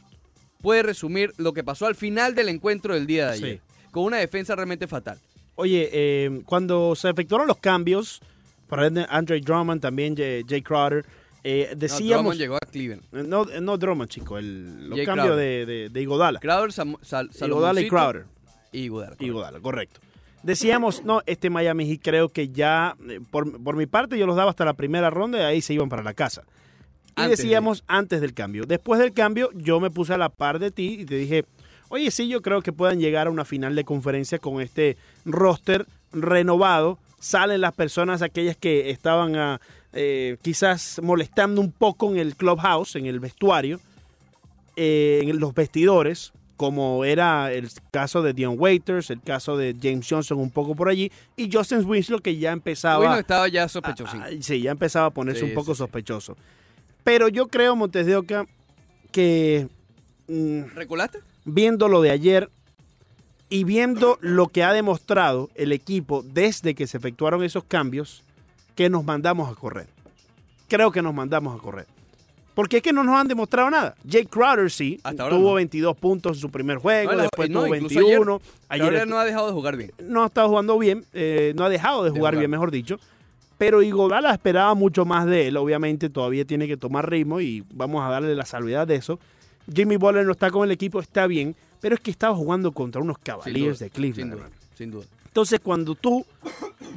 Speaker 2: puede resumir lo que pasó al final del encuentro del día de ayer, con una defensa realmente fatal.
Speaker 1: Oye, eh, cuando se efectuaron los cambios, por ejemplo, Andre Drummond, también Jay, Jay Crowder, eh,
Speaker 2: No,
Speaker 1: decíamos... Eh,
Speaker 2: Drummond llegó a Cleveland.
Speaker 1: No, no Drummond, chico, el, los
Speaker 2: Jay
Speaker 1: cambios
Speaker 2: Crowder.
Speaker 1: de, de, de Igodala.
Speaker 2: Crowder, Sam, Sal-
Speaker 1: Igodala y
Speaker 2: Salomoncito
Speaker 1: Crowder.
Speaker 2: Y Godala.
Speaker 1: Igodala, correcto. Decíamos, no, este Miami Heat creo que ya, eh, por, por mi parte, yo los daba hasta la primera ronda y ahí se iban para la casa. Y
Speaker 2: Antes de-
Speaker 1: decíamos antes del cambio. Después del cambio, yo me puse a la par de ti y te dije, oye, sí, yo creo que puedan llegar a una final de conferencia con este roster renovado. Salen las personas, aquellas que estaban ah, eh, quizás molestando un poco en el clubhouse, en el vestuario, eh, en los vestidores, como era el caso de Dion Waiters, el caso de James Johnson un poco por allí, y Justin Winslow que ya empezaba...
Speaker 2: Hoy no estaba ya
Speaker 1: Ah,
Speaker 2: sospechoso.
Speaker 1: ah, sí, ya empezaba a ponerse
Speaker 2: Sí,
Speaker 1: un poco
Speaker 2: sí, sí.
Speaker 1: sospechoso. Pero yo creo, Montes de Oca, que mm,
Speaker 2: ¿Recolaste?
Speaker 1: viendo lo de ayer y viendo lo que ha demostrado el equipo desde que se efectuaron esos cambios, que nos mandamos a correr. Creo que nos mandamos a correr. Porque es que no nos han demostrado nada. Jake Crowder sí,
Speaker 2: Hasta ahora
Speaker 1: tuvo
Speaker 2: no.
Speaker 1: 22 puntos en su primer juego,
Speaker 2: No, la-
Speaker 1: después
Speaker 2: no,
Speaker 1: tuvo
Speaker 2: incluso ayer.
Speaker 1: 21. Ayer,
Speaker 2: Crowder
Speaker 1: estuvo-
Speaker 2: no ha dejado de jugar bien.
Speaker 1: no ha estado jugando bien, eh, no ha dejado de,
Speaker 2: De
Speaker 1: jugar,
Speaker 2: jugar.
Speaker 1: bien, mejor dicho. Pero Igodala esperaba mucho más de él, obviamente todavía tiene que tomar ritmo y vamos a darle la salvedad de eso. Jimmy Butler no está con el equipo, está bien, pero es que estaba jugando contra unos
Speaker 2: Sin
Speaker 1: Cavaliers
Speaker 2: duda,
Speaker 1: de Cleveland.
Speaker 2: Sin duda,
Speaker 1: hermano.
Speaker 2: sin duda.
Speaker 1: Entonces cuando tú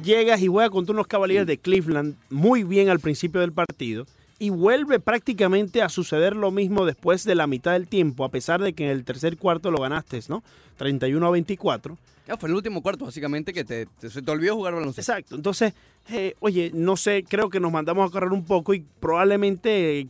Speaker 1: llegas y juegas contra unos Cavaliers de Cleveland muy bien al principio del partido y vuelve prácticamente a suceder lo mismo después de la mitad del tiempo, a pesar de que en el tercer cuarto lo ganaste, ¿no? 31 a 24.
Speaker 2: Ya fue el último cuarto, básicamente, que te, te- se te olvidó jugar baloncesto.
Speaker 1: Exacto. Entonces, eh, oye, no sé, creo que nos mandamos a correr un poco y probablemente eh,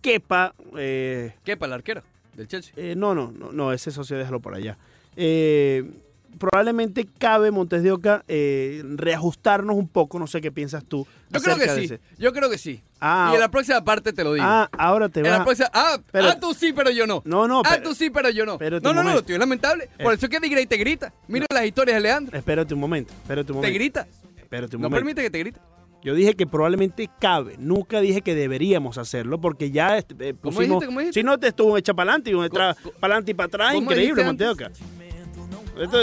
Speaker 1: quepa. eh,
Speaker 2: ¿Qué? Para la arquera del Chelsea.
Speaker 1: eh, no, no, no, no, ese socio déjalo por allá. Eh, probablemente cabe, Montes de Oca, eh, reajustarnos un poco. No sé qué piensas tú.
Speaker 2: Yo creo que
Speaker 1: acerca de
Speaker 2: sí,
Speaker 1: ese.
Speaker 2: yo creo que sí.
Speaker 1: Ah,
Speaker 2: y en la próxima parte te lo digo.
Speaker 1: ah, ahora te
Speaker 2: En la
Speaker 1: va.
Speaker 2: próxima- ah,
Speaker 1: Pero-
Speaker 2: ah, tú sí, pero yo no.
Speaker 1: No, no,
Speaker 2: ah,
Speaker 1: pero-
Speaker 2: tú sí, pero yo no.
Speaker 1: espérate
Speaker 2: No,
Speaker 1: un
Speaker 2: no, no,
Speaker 1: momento. Eh.
Speaker 2: tío, es lamentable. Por eso es que Digrey te grita. Mira las historias de Leandro.
Speaker 1: Espérate un momento, espérate un
Speaker 2: Te
Speaker 1: momento.
Speaker 2: grita.
Speaker 1: Espérate un
Speaker 2: No
Speaker 1: momento.
Speaker 2: permite que te grite.
Speaker 1: Yo dije que probablemente cabe, nunca dije que deberíamos hacerlo porque ya eh, pusimos.
Speaker 2: dijiste? ¿Cómo dijiste?
Speaker 1: Si no, te estuvo echa para adelante y un para
Speaker 2: ¿Cómo-
Speaker 1: adelante y para atrás,
Speaker 2: cómo
Speaker 1: increíble,
Speaker 2: dijiste
Speaker 1: Monteoca. Esto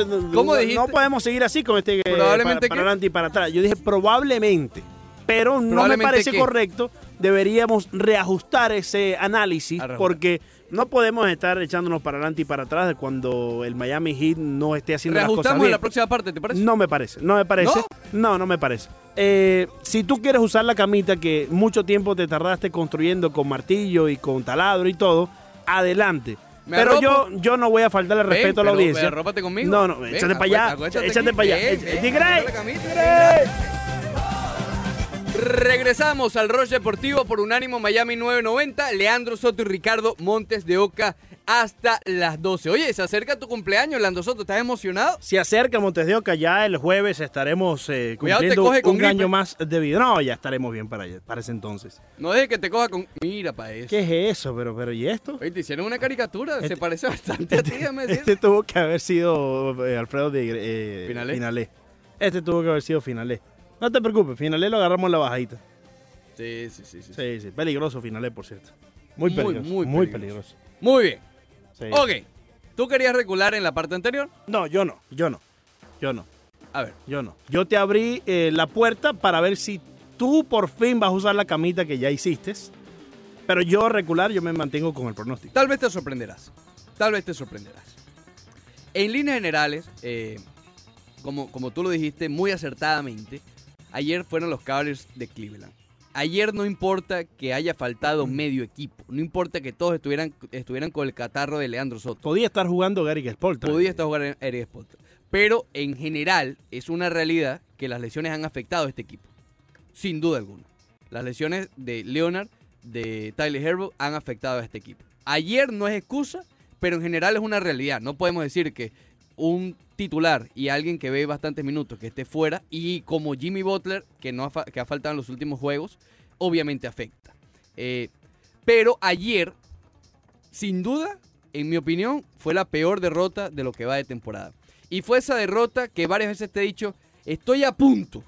Speaker 1: no-
Speaker 2: ¿Cómo
Speaker 1: no,
Speaker 2: dijiste?
Speaker 1: no podemos seguir así con este eh,
Speaker 2: ¿Probablemente
Speaker 1: para, para
Speaker 2: qué?
Speaker 1: adelante y para atrás. Yo dije probablemente, pero no me
Speaker 2: ¿Probablemente
Speaker 1: parece
Speaker 2: qué?
Speaker 1: correcto. Deberíamos reajustar ese análisis
Speaker 2: Arrajustar.
Speaker 1: porque no podemos estar echándonos para adelante y para atrás de cuando el Miami Heat no esté haciendo las cosas
Speaker 2: Reajustamos en
Speaker 1: bien.
Speaker 2: la próxima parte, ¿te parece?
Speaker 1: No me parece, no me parece. ¿No? No, me parece. Eh, si tú quieres usar la camita que mucho tiempo te tardaste construyendo con martillo y con taladro y todo, adelante.
Speaker 2: Me
Speaker 1: pero yo,
Speaker 2: arropo.
Speaker 1: yo no voy a faltarle
Speaker 2: Ven,
Speaker 1: respeto a la
Speaker 2: pero-
Speaker 1: audiencia.
Speaker 2: pero arrópate conmigo.
Speaker 1: No, no,
Speaker 2: Ven,
Speaker 1: échate para allá.
Speaker 2: acuéstate
Speaker 1: Échate
Speaker 2: aquí.
Speaker 1: para allá. Eh,
Speaker 2: Ven, ven,
Speaker 1: Tigre,
Speaker 2: acuéstate la camita,
Speaker 1: tigre.
Speaker 2: Regresamos al Roche Deportivo por Unánimo Miami 990. Leandro Soto y Ricardo Montes de Oca hasta las 12. Oye, se acerca tu cumpleaños, Leandro Soto. ¿Estás emocionado?
Speaker 1: Se acerca Montes de Oca, ya el jueves estaremos eh,
Speaker 2: Cuidado, te
Speaker 1: cumpliendo
Speaker 2: coge con
Speaker 1: un
Speaker 2: gripe.
Speaker 1: año más de vida. No, ya estaremos bien para, allá- para ese entonces.
Speaker 2: No dejes que te coja con. Mira, para eso.
Speaker 1: ¿Qué es eso? Pero, pero ¿y esto?
Speaker 2: Oye, te hicieron una caricatura. se
Speaker 1: Este-
Speaker 2: parece bastante a ti, déjame
Speaker 1: Este
Speaker 2: decirte.
Speaker 1: tuvo que haber sido eh, Alfredo de eh,
Speaker 2: ¿Finalé?
Speaker 1: Finalé. Este tuvo que haber sido Finalé. No te preocupes, Finalé lo agarramos en la bajadita.
Speaker 2: Sí, sí, este- sí, sí.
Speaker 1: Sí, sí, peligroso Finalé, por cierto. Muy
Speaker 2: Muy,
Speaker 1: peligroso. Muy,
Speaker 2: muy
Speaker 1: peligroso.
Speaker 2: Muy bien.
Speaker 1: Sí.
Speaker 2: Ok. ¿Tú querías regular en la parte anterior?
Speaker 1: No, yo no, yo no, yo no,
Speaker 2: A ver.
Speaker 1: yo no. Yo te abrí eh, la puerta para ver si tú por fin vas a usar la camita que ya hiciste. Pero yo regular, yo me mantengo con el pronóstico.
Speaker 2: Tal vez te sorprenderás. Tal vez te sorprenderás. En líneas generales, eh, como, como tú lo dijiste muy acertadamente, ayer fueron los Cavaliers de Cleveland. Ayer no importa que haya faltado medio equipo, no importa que todos estuvieran, estuvieran con el catarro de Leandro Soto.
Speaker 1: Podía estar jugando Gary Gespolta.
Speaker 2: Podía estar jugando en Eric Spoelstra. Pero en general es una realidad que las lesiones han afectado a este equipo. Sin duda alguna. Las lesiones de Leonard, de Tyler Herbo han afectado a este equipo. Ayer no es excusa, pero en general es una realidad. No podemos decir que un titular y alguien que ve bastantes minutos que esté fuera y como Jimmy Butler, que, no ha, fa- que ha faltado en los últimos juegos, obviamente afecta. Eh, pero ayer, sin duda, en mi opinión, fue la peor derrota de lo que va de temporada. Y fue esa derrota que varias veces te he dicho, estoy a punto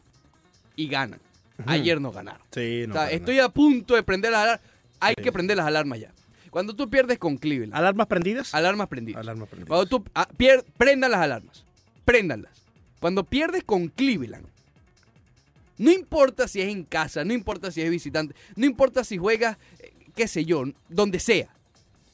Speaker 2: y ganan. Ayer no ganaron.
Speaker 1: Sí, no.
Speaker 2: O sea,
Speaker 1: para
Speaker 2: estoy a punto de prender las alarmas. Hay que prender las alarmas ya. Cuando tú pierdes con
Speaker 1: nada.
Speaker 2: Cleveland,
Speaker 1: ¿Alarmas prendidas?
Speaker 2: alarmas prendidas.
Speaker 1: Alarmas prendidas.
Speaker 2: Cuando tú ah, pier- prendan las alarmas, préndanlas. Cuando pierdes con Cleveland, no importa si es en casa, no importa si es visitante, no importa si juegas, eh, qué sé yo, donde sea,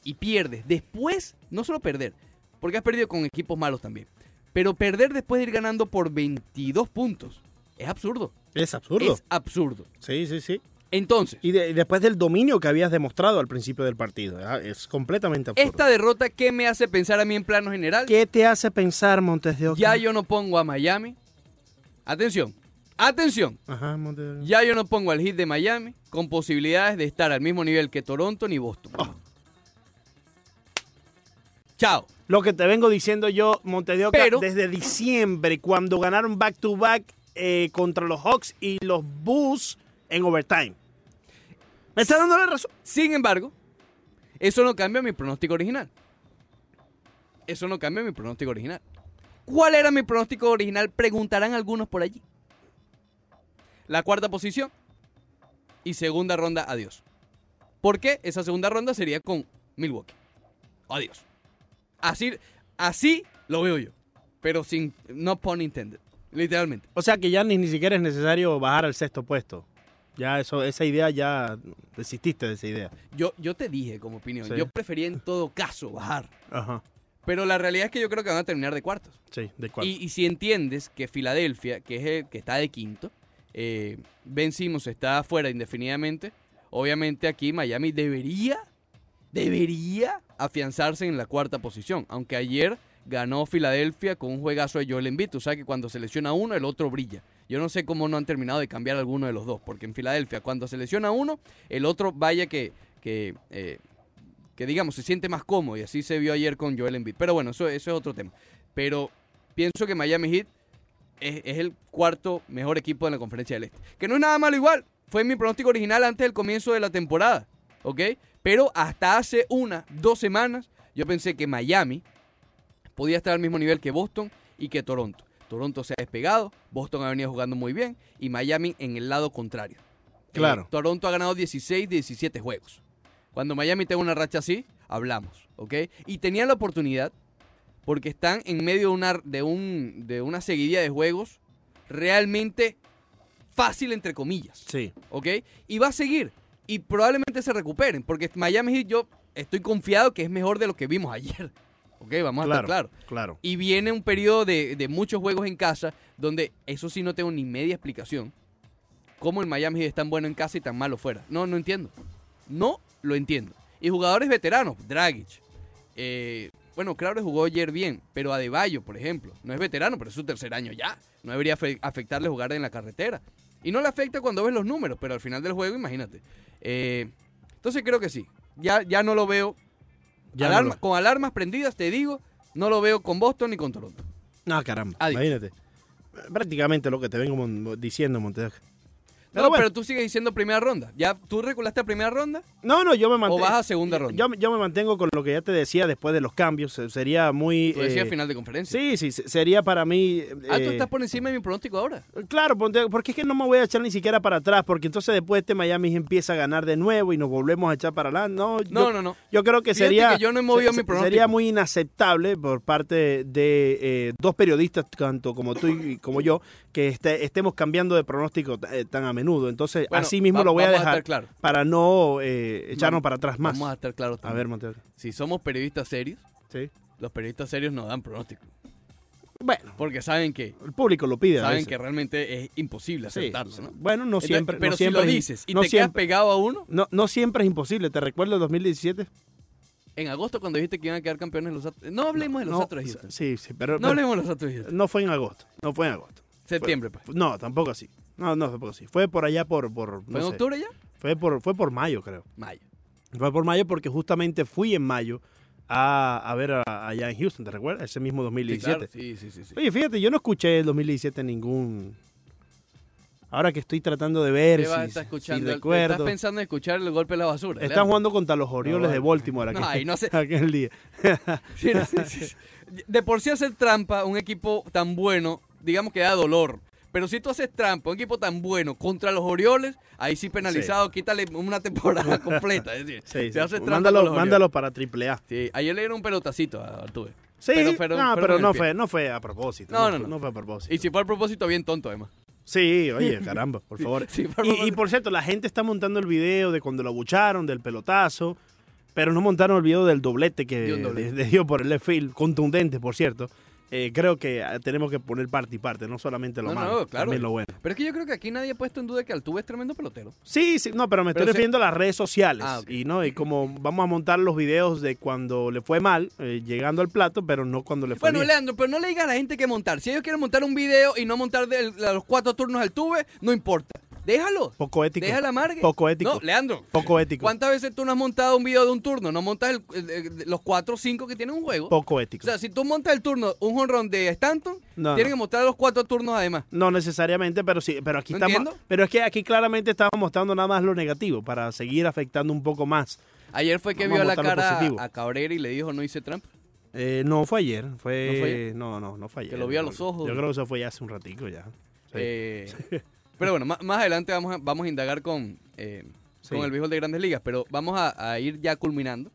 Speaker 2: y pierdes. Después, no solo perder, porque has perdido con equipos malos también, pero perder después de ir ganando por 22 puntos es absurdo.
Speaker 3: Es absurdo.
Speaker 2: Es absurdo.
Speaker 3: Sí, sí, sí.
Speaker 2: Entonces,
Speaker 3: Y, de- y después del dominio que habías demostrado al principio del partido. ah, Es completamente absurdo.
Speaker 2: esta derrota, ¿qué me hace pensar a mí en plano general?
Speaker 3: ¿Qué te hace pensar, Montes de Oca?
Speaker 2: Ya yo no pongo a Miami. Atención, atención.
Speaker 3: Ajá, Montes de Oca.
Speaker 2: Ya yo no pongo al hit de Miami con posibilidades de estar al mismo nivel que Toronto ni Boston. Chao.
Speaker 1: Lo que te vengo diciendo yo, Montes de Oca,
Speaker 2: Pero-
Speaker 1: desde diciembre, cuando ganaron back-to-back eh, contra los Hawks y los Bulls en overtime. Me está dando la razón.
Speaker 2: Sin embargo, eso no cambia mi pronóstico original. Eso no cambia mi pronóstico original. ¿Cuál era mi pronóstico original? Preguntarán algunos por allí. La cuarta posición y segunda ronda, adiós. Porque esa segunda ronda sería con Milwaukee. Adiós. Así, así lo veo yo. Pero sin no pun intended. Literalmente.
Speaker 1: O sea que ya ni, ni siquiera es necesario bajar al sexto puesto. Ya eso, esa idea ya desististe de esa idea.
Speaker 2: Yo, yo te dije como opinión.
Speaker 1: Sí.
Speaker 2: Yo prefería en todo caso bajar.
Speaker 1: Ajá.
Speaker 2: Pero la realidad es que yo creo que van a terminar de cuartos.
Speaker 1: Sí, de cuarto.
Speaker 2: Y, y si entiendes que Filadelfia, que es el que está de quinto, eh, Ben Simmons está afuera indefinidamente, obviamente aquí Miami debería, debería afianzarse en la cuarta posición. Aunque ayer ganó Filadelfia con un juegazo de Joel Embiid. O sea que cuando se lesiona uno, el otro brilla. Yo no sé cómo no han terminado de cambiar alguno de los dos. Porque en Filadelfia, cuando se lesiona uno, el otro vaya que... que eh, que digamos, se siente más cómodo y así se vio ayer con Joel Embiid. Pero bueno, eso, eso es otro tema. Pero pienso que Miami Heat es, es el cuarto mejor equipo de la conferencia del Este. Que no es nada malo igual. Fue mi pronóstico original antes del comienzo de la temporada. ¿Ok? Pero hasta hace una, dos semanas, yo pensé que Miami podía estar al mismo nivel que Boston y que Toronto. Toronto se ha despegado, Boston ha venido jugando muy bien y Miami en el lado contrario.
Speaker 1: Claro.
Speaker 2: Eh, Toronto ha ganado 16, 17 juegos. Cuando Miami tenga una racha así, hablamos, ¿ok? Y tenían la oportunidad porque están en medio de una, de un, de una seguidilla de juegos realmente fácil, entre comillas,
Speaker 1: Sí.
Speaker 2: ¿ok? Y va a seguir y probablemente se recuperen porque Miami Heat yo estoy confiado que es mejor de lo que vimos ayer, ¿ok? Vamos a estar claros.
Speaker 1: Claro.
Speaker 2: Y viene un periodo de, de muchos juegos en casa, donde eso sí no tengo ni media explicación. ¿Cómo el Miami Heat es tan bueno en casa y tan malo fuera? No, no entiendo. No lo entiendo. Y jugadores veteranos, Dragic. eh, bueno, claro, jugó ayer bien, pero Adebayo, por ejemplo, no es veterano, pero es su tercer año ya. No debería afe- afectarle jugar en la carretera. Y no le afecta cuando ves los números, pero al final del juego, imagínate. Eh, entonces creo que sí. Ya, ya no lo veo.
Speaker 1: Ya
Speaker 2: Alarma-
Speaker 1: no lo-
Speaker 2: Con alarmas prendidas, te digo, no lo veo con Boston ni con Toronto.
Speaker 1: No, caramba.
Speaker 2: Adiós.
Speaker 1: Imagínate. Prácticamente lo que te vengo mon- diciendo, Montes de Oca.
Speaker 2: No,
Speaker 1: Pero
Speaker 2: pero,
Speaker 1: bueno.
Speaker 2: tú sigues diciendo primera ronda. ¿Ya tú reculaste a primera ronda
Speaker 1: No, no, yo me
Speaker 2: o
Speaker 1: mantengo.
Speaker 2: vas a segunda ronda?
Speaker 1: Yo, yo me mantengo con lo que ya te decía después de los cambios. Eh, Sería muy.
Speaker 2: tú decías
Speaker 1: eh,
Speaker 2: final de conferencia.
Speaker 1: Sí, sí, se- sería para mí.
Speaker 2: Ah, tú
Speaker 1: eh,
Speaker 2: estás por encima de mi pronóstico ahora.
Speaker 1: Claro, ponte- porque es que no me voy a echar ni siquiera para atrás, porque entonces después este Miami empieza a ganar de nuevo y nos volvemos a echar para adelante. No,
Speaker 2: No,
Speaker 1: yo,
Speaker 2: no, no.
Speaker 1: yo creo que
Speaker 2: Fíjate
Speaker 1: sería
Speaker 2: que yo no he movido mi pronóstico.
Speaker 1: sería muy inaceptable por parte de eh, dos periodistas, tanto como tú y como yo, que este- estemos cambiando de pronóstico eh, tan a menudo. Entonces,
Speaker 2: Bueno,
Speaker 1: así mismo
Speaker 2: va-
Speaker 1: lo voy a
Speaker 2: vamos a
Speaker 1: dejar
Speaker 2: estar claro.
Speaker 1: para no eh, echarnos
Speaker 2: Vamos-
Speaker 1: para atrás más.
Speaker 2: Vamos a estar claros.
Speaker 1: A
Speaker 2: también.
Speaker 1: ver, Montero.
Speaker 2: Si somos periodistas serios,
Speaker 1: Sí.
Speaker 2: los periodistas serios no dan pronóstico.
Speaker 1: Bueno,
Speaker 2: Porque saben que
Speaker 1: el público lo pide. a
Speaker 2: saben
Speaker 1: veces.
Speaker 2: que realmente es imposible
Speaker 1: Sí.
Speaker 2: aceptarlo. ¿no?
Speaker 1: Bueno, no
Speaker 2: Entonces,
Speaker 1: siempre. no
Speaker 2: pero
Speaker 1: siempre
Speaker 2: si lo
Speaker 1: es-
Speaker 2: dices y
Speaker 1: no
Speaker 2: te quedas
Speaker 1: siempre-
Speaker 2: pegado a uno,
Speaker 1: No, no siempre es imposible. ¿Te recuerdas el 2017?
Speaker 2: en agosto cuando dijiste que iban a quedar campeones los Astros- No hablemos de los
Speaker 1: No,
Speaker 2: Astros de Houston.
Speaker 1: Sí, sí, pero
Speaker 2: No
Speaker 1: pero
Speaker 2: hablemos de los Astros de Houston.
Speaker 1: no fue en agosto. No fue en agosto.
Speaker 2: Septiembre, pues.
Speaker 1: No, tampoco así. No, no, tampoco así. Fue por allá por... por no
Speaker 2: ¿Fue en
Speaker 1: sé.
Speaker 2: octubre ya?
Speaker 1: Fue por, fue por mayo, creo.
Speaker 2: Mayo.
Speaker 1: Fue por mayo porque justamente fui en mayo a, a ver a- allá en Houston, ¿te recuerdas? Ese mismo
Speaker 2: Sí, claro.
Speaker 1: 2017.
Speaker 2: sí, sí, sí, sí.
Speaker 1: Oye, fíjate, yo no escuché el 2017 ningún... Ahora que estoy tratando de ver
Speaker 2: Te vas a
Speaker 1: si,
Speaker 2: estar
Speaker 1: si
Speaker 2: escuchando,
Speaker 1: recuerdo.
Speaker 2: estás pensando en escuchar el golpe de la basura.
Speaker 1: Están
Speaker 2: Leandro.
Speaker 1: jugando contra los Orioles
Speaker 2: No,
Speaker 1: de Baltimore
Speaker 2: no,
Speaker 1: aquel,
Speaker 2: ahí no sé.
Speaker 1: aquel día.
Speaker 2: Sí, sí, sí, sí. De por sí hacer trampa, un equipo tan bueno, digamos que da dolor. Pero si tú haces trampa, un equipo tan bueno contra los Orioles, ahí sí penalizado, quítale una temporada completa. Es decir,
Speaker 1: Sí,
Speaker 2: si
Speaker 1: sí.
Speaker 2: haces trampa con
Speaker 1: Mándalo,
Speaker 2: los Orioles.
Speaker 1: mándalo para AAA.
Speaker 2: Sí, ayer le dieron un pelotacito a Artube.
Speaker 1: Sí,
Speaker 2: Pero
Speaker 1: pero,
Speaker 2: fueron-
Speaker 1: no,
Speaker 2: fueron
Speaker 1: pero
Speaker 2: en
Speaker 1: no
Speaker 2: el pie.
Speaker 1: fue, no fue a propósito.
Speaker 2: No, no,
Speaker 1: fue-
Speaker 2: no.
Speaker 1: fue a propósito.
Speaker 2: Y si fue al propósito, bien tonto, además.
Speaker 1: Sí, oye, caramba, por favor.
Speaker 2: Sí, fue al
Speaker 1: Y, y
Speaker 2: propósito.
Speaker 1: por cierto, la gente está montando el video de cuando lo abucharon, del pelotazo, pero no montaron el video del doblete que
Speaker 2: Dio un doblete.
Speaker 1: le- le dio por el left field, contundente, por cierto. Eh, creo que ah, tenemos que poner parte y parte, no solamente lo
Speaker 2: No,
Speaker 1: malo,
Speaker 2: no, claro.
Speaker 1: también lo bueno.
Speaker 2: Pero es que yo creo que aquí nadie ha puesto en duda que Altuve es tremendo pelotero.
Speaker 1: Sí, sí, no, pero me
Speaker 2: Pero se-
Speaker 1: estoy refiriendo a las redes sociales.
Speaker 2: Ah, ok.
Speaker 1: Y no, y como vamos a montar los videos de cuando le fue mal, eh, llegando al plato, pero no cuando le fue
Speaker 2: Bueno,
Speaker 1: bien.
Speaker 2: Leandro, pero no le digas a la gente que montar. Si ellos quieren montar un video y no montar de los cuatro turnos al tuve, no importa. Déjalo.
Speaker 1: Poco ético.
Speaker 2: Déjala amargue.
Speaker 1: Poco ético.
Speaker 2: No, Leandro.
Speaker 1: Poco ético.
Speaker 2: ¿Cuántas veces tú no has montado un video de un turno? No montas el- el- el- los cuatro o cinco que tiene un juego.
Speaker 1: Poco
Speaker 2: o
Speaker 1: ético.
Speaker 2: sea, si tú montas el turno, un honrón de Stanton,
Speaker 1: No,
Speaker 2: tienen
Speaker 1: no.
Speaker 2: que montar los cuatro turnos además.
Speaker 1: No necesariamente, pero sí, pero aquí
Speaker 2: No
Speaker 1: estamos.
Speaker 2: entiendo.
Speaker 1: Pero es que aquí claramente estamos mostrando nada más lo negativo para seguir afectando un poco más.
Speaker 2: Ayer fue que
Speaker 1: Vamos
Speaker 2: vio
Speaker 1: a
Speaker 2: la
Speaker 1: montar lo
Speaker 2: cara
Speaker 1: positivo.
Speaker 2: a Cabrera y le dijo no hice trampa.
Speaker 1: Eh, no fue ayer, fue.
Speaker 2: ¿No fue ayer?
Speaker 1: No, no, no fue ayer.
Speaker 2: Que lo vi a los ojos.
Speaker 1: Yo creo que eso fue ya hace un ratico ya. Sí.
Speaker 2: Eh, pero bueno, ma- más, adelante vamos a, vamos a indagar con, eh,
Speaker 1: Sí.
Speaker 2: con el béisbol de Grandes Ligas, pero vamos a, a ir ya culminando,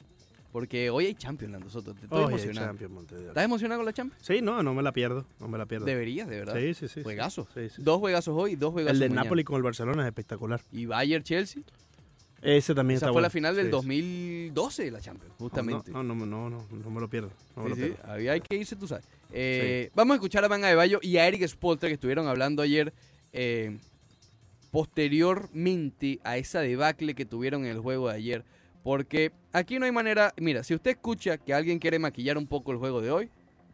Speaker 2: porque hoy hay Champions, Leandro Soto. Te estoy
Speaker 1: Oye,
Speaker 2: emocionado.
Speaker 1: Champions, Montevideo.
Speaker 2: ¿Estás emocionado con la Champions?
Speaker 1: Sí, no, no me la pierdo, no me la pierdo.
Speaker 2: Deberías, de verdad.
Speaker 1: Sí, sí, sí. sí.
Speaker 2: Juegazo.
Speaker 1: Sí, sí.
Speaker 2: Dos juegazos hoy, dos juegazos
Speaker 1: El de
Speaker 2: mañana.
Speaker 1: Napoli con el Barcelona es espectacular.
Speaker 2: Y Bayern-Chelsea.
Speaker 1: Ese también
Speaker 2: Esa
Speaker 1: está
Speaker 2: fue
Speaker 1: bueno.
Speaker 2: la final del
Speaker 1: Sí, sí.
Speaker 2: 2012 de la Champions, justamente.
Speaker 1: No, no, no, no, no, no me lo pierdo. No me lo
Speaker 2: Sí, sí,
Speaker 1: pierdo.
Speaker 2: ahí hay que irse, tú sabes. Eh, Vamos a escuchar a Van Adebayo y a Eric Spolter que estuvieron hablando ayer eh, posteriormente a esa debacle que tuvieron en el juego de ayer. Porque aquí no hay manera. Mira, si usted escucha que alguien quiere maquillar un poco el juego de hoy,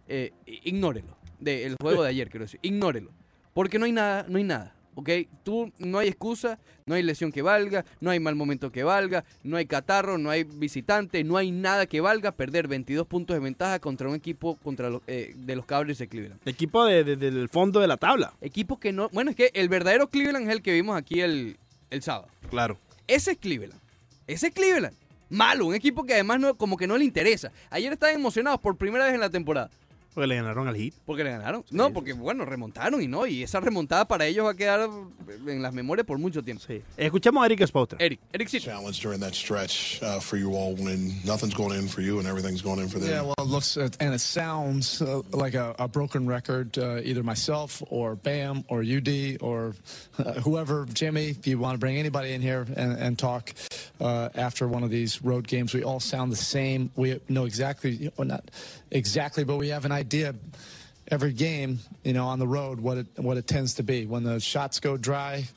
Speaker 2: eh, i- ignórelo. De, el juego de ayer, quiero decir. Ignórelo. Porque no hay nada, no hay nada. ¿Ok? Tú no hay excusa, no hay lesión que valga, no hay mal momento que valga, no hay catarro, no hay visitante, no hay nada que valga perder 22 puntos de ventaja contra un equipo contra los, eh, de los Cavaliers de Cleveland.
Speaker 1: Equipo de- de- del fondo de la tabla.
Speaker 2: Equipo que no. Bueno, es que el verdadero Cleveland es el que vimos aquí el, el sábado.
Speaker 1: Claro.
Speaker 2: Ese es Cleveland. Ese es Cleveland. Malo, un equipo que además no, como que no le interesa. Ayer estaban emocionados por primera vez en la temporada.
Speaker 1: Porque le ganaron al Heat.
Speaker 2: Porque le ganaron. No,
Speaker 1: sí,
Speaker 2: porque bueno, remontaron y no. Y esa remontada para ellos va a quedar en las memorias por mucho tiempo.
Speaker 1: Sí. Escuchamos a Eric Spoelstra.
Speaker 2: Eric, Eric Sitter.
Speaker 4: challenge during that stretch uh, for you all when nothing's going in for you and everything's going in for them.
Speaker 5: Yeah, well, it looks uh, and it sounds uh, like a, a broken record. Uh, either myself or Bam or UD or uh, whoever, Jimmy, if you want to bring anybody in here and, and talk uh, after one of these road games, we all sound the same. We know exactly, well, not exactly, but we have an idea every game, you know, on the road what it what it tends to be. When the shots go dry,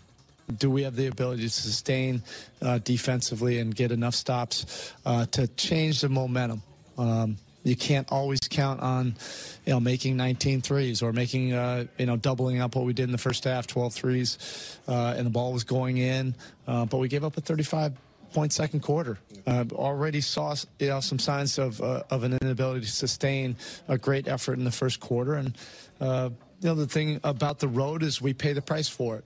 Speaker 5: do we have the ability to sustain uh, defensively and get enough stops uh, to change the momentum? Um, you can't always count on, you know, making 19 threes or making, uh, you know, doubling up what we did in the first half, 12 threes, uh, and the ball was going in, uh, but we gave up a 35 point second quarter. Uh, already saw you know some signs of uh, of an inability to sustain a great effort in the first quarter, and uh, you know the thing about the road is we pay the price for it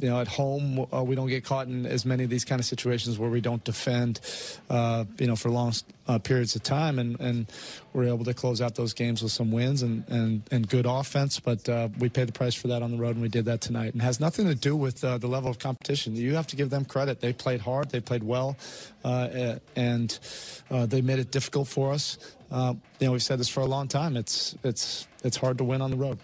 Speaker 5: you know, at home uh, we don't get caught in as many of these kind of situations where we don't defend, uh, you know, for long uh, periods of time, and, and we're able to close out those games with some wins and and, and good offense. But uh, we paid the price for that on the road, and we did that tonight. And it has nothing to do with uh, the level of competition. You have to give them credit; they played hard, they played well, uh, uh, and uh, they made it difficult for us. Uh, you know, we've said this for a long time. It's it's it's hard to win on the road.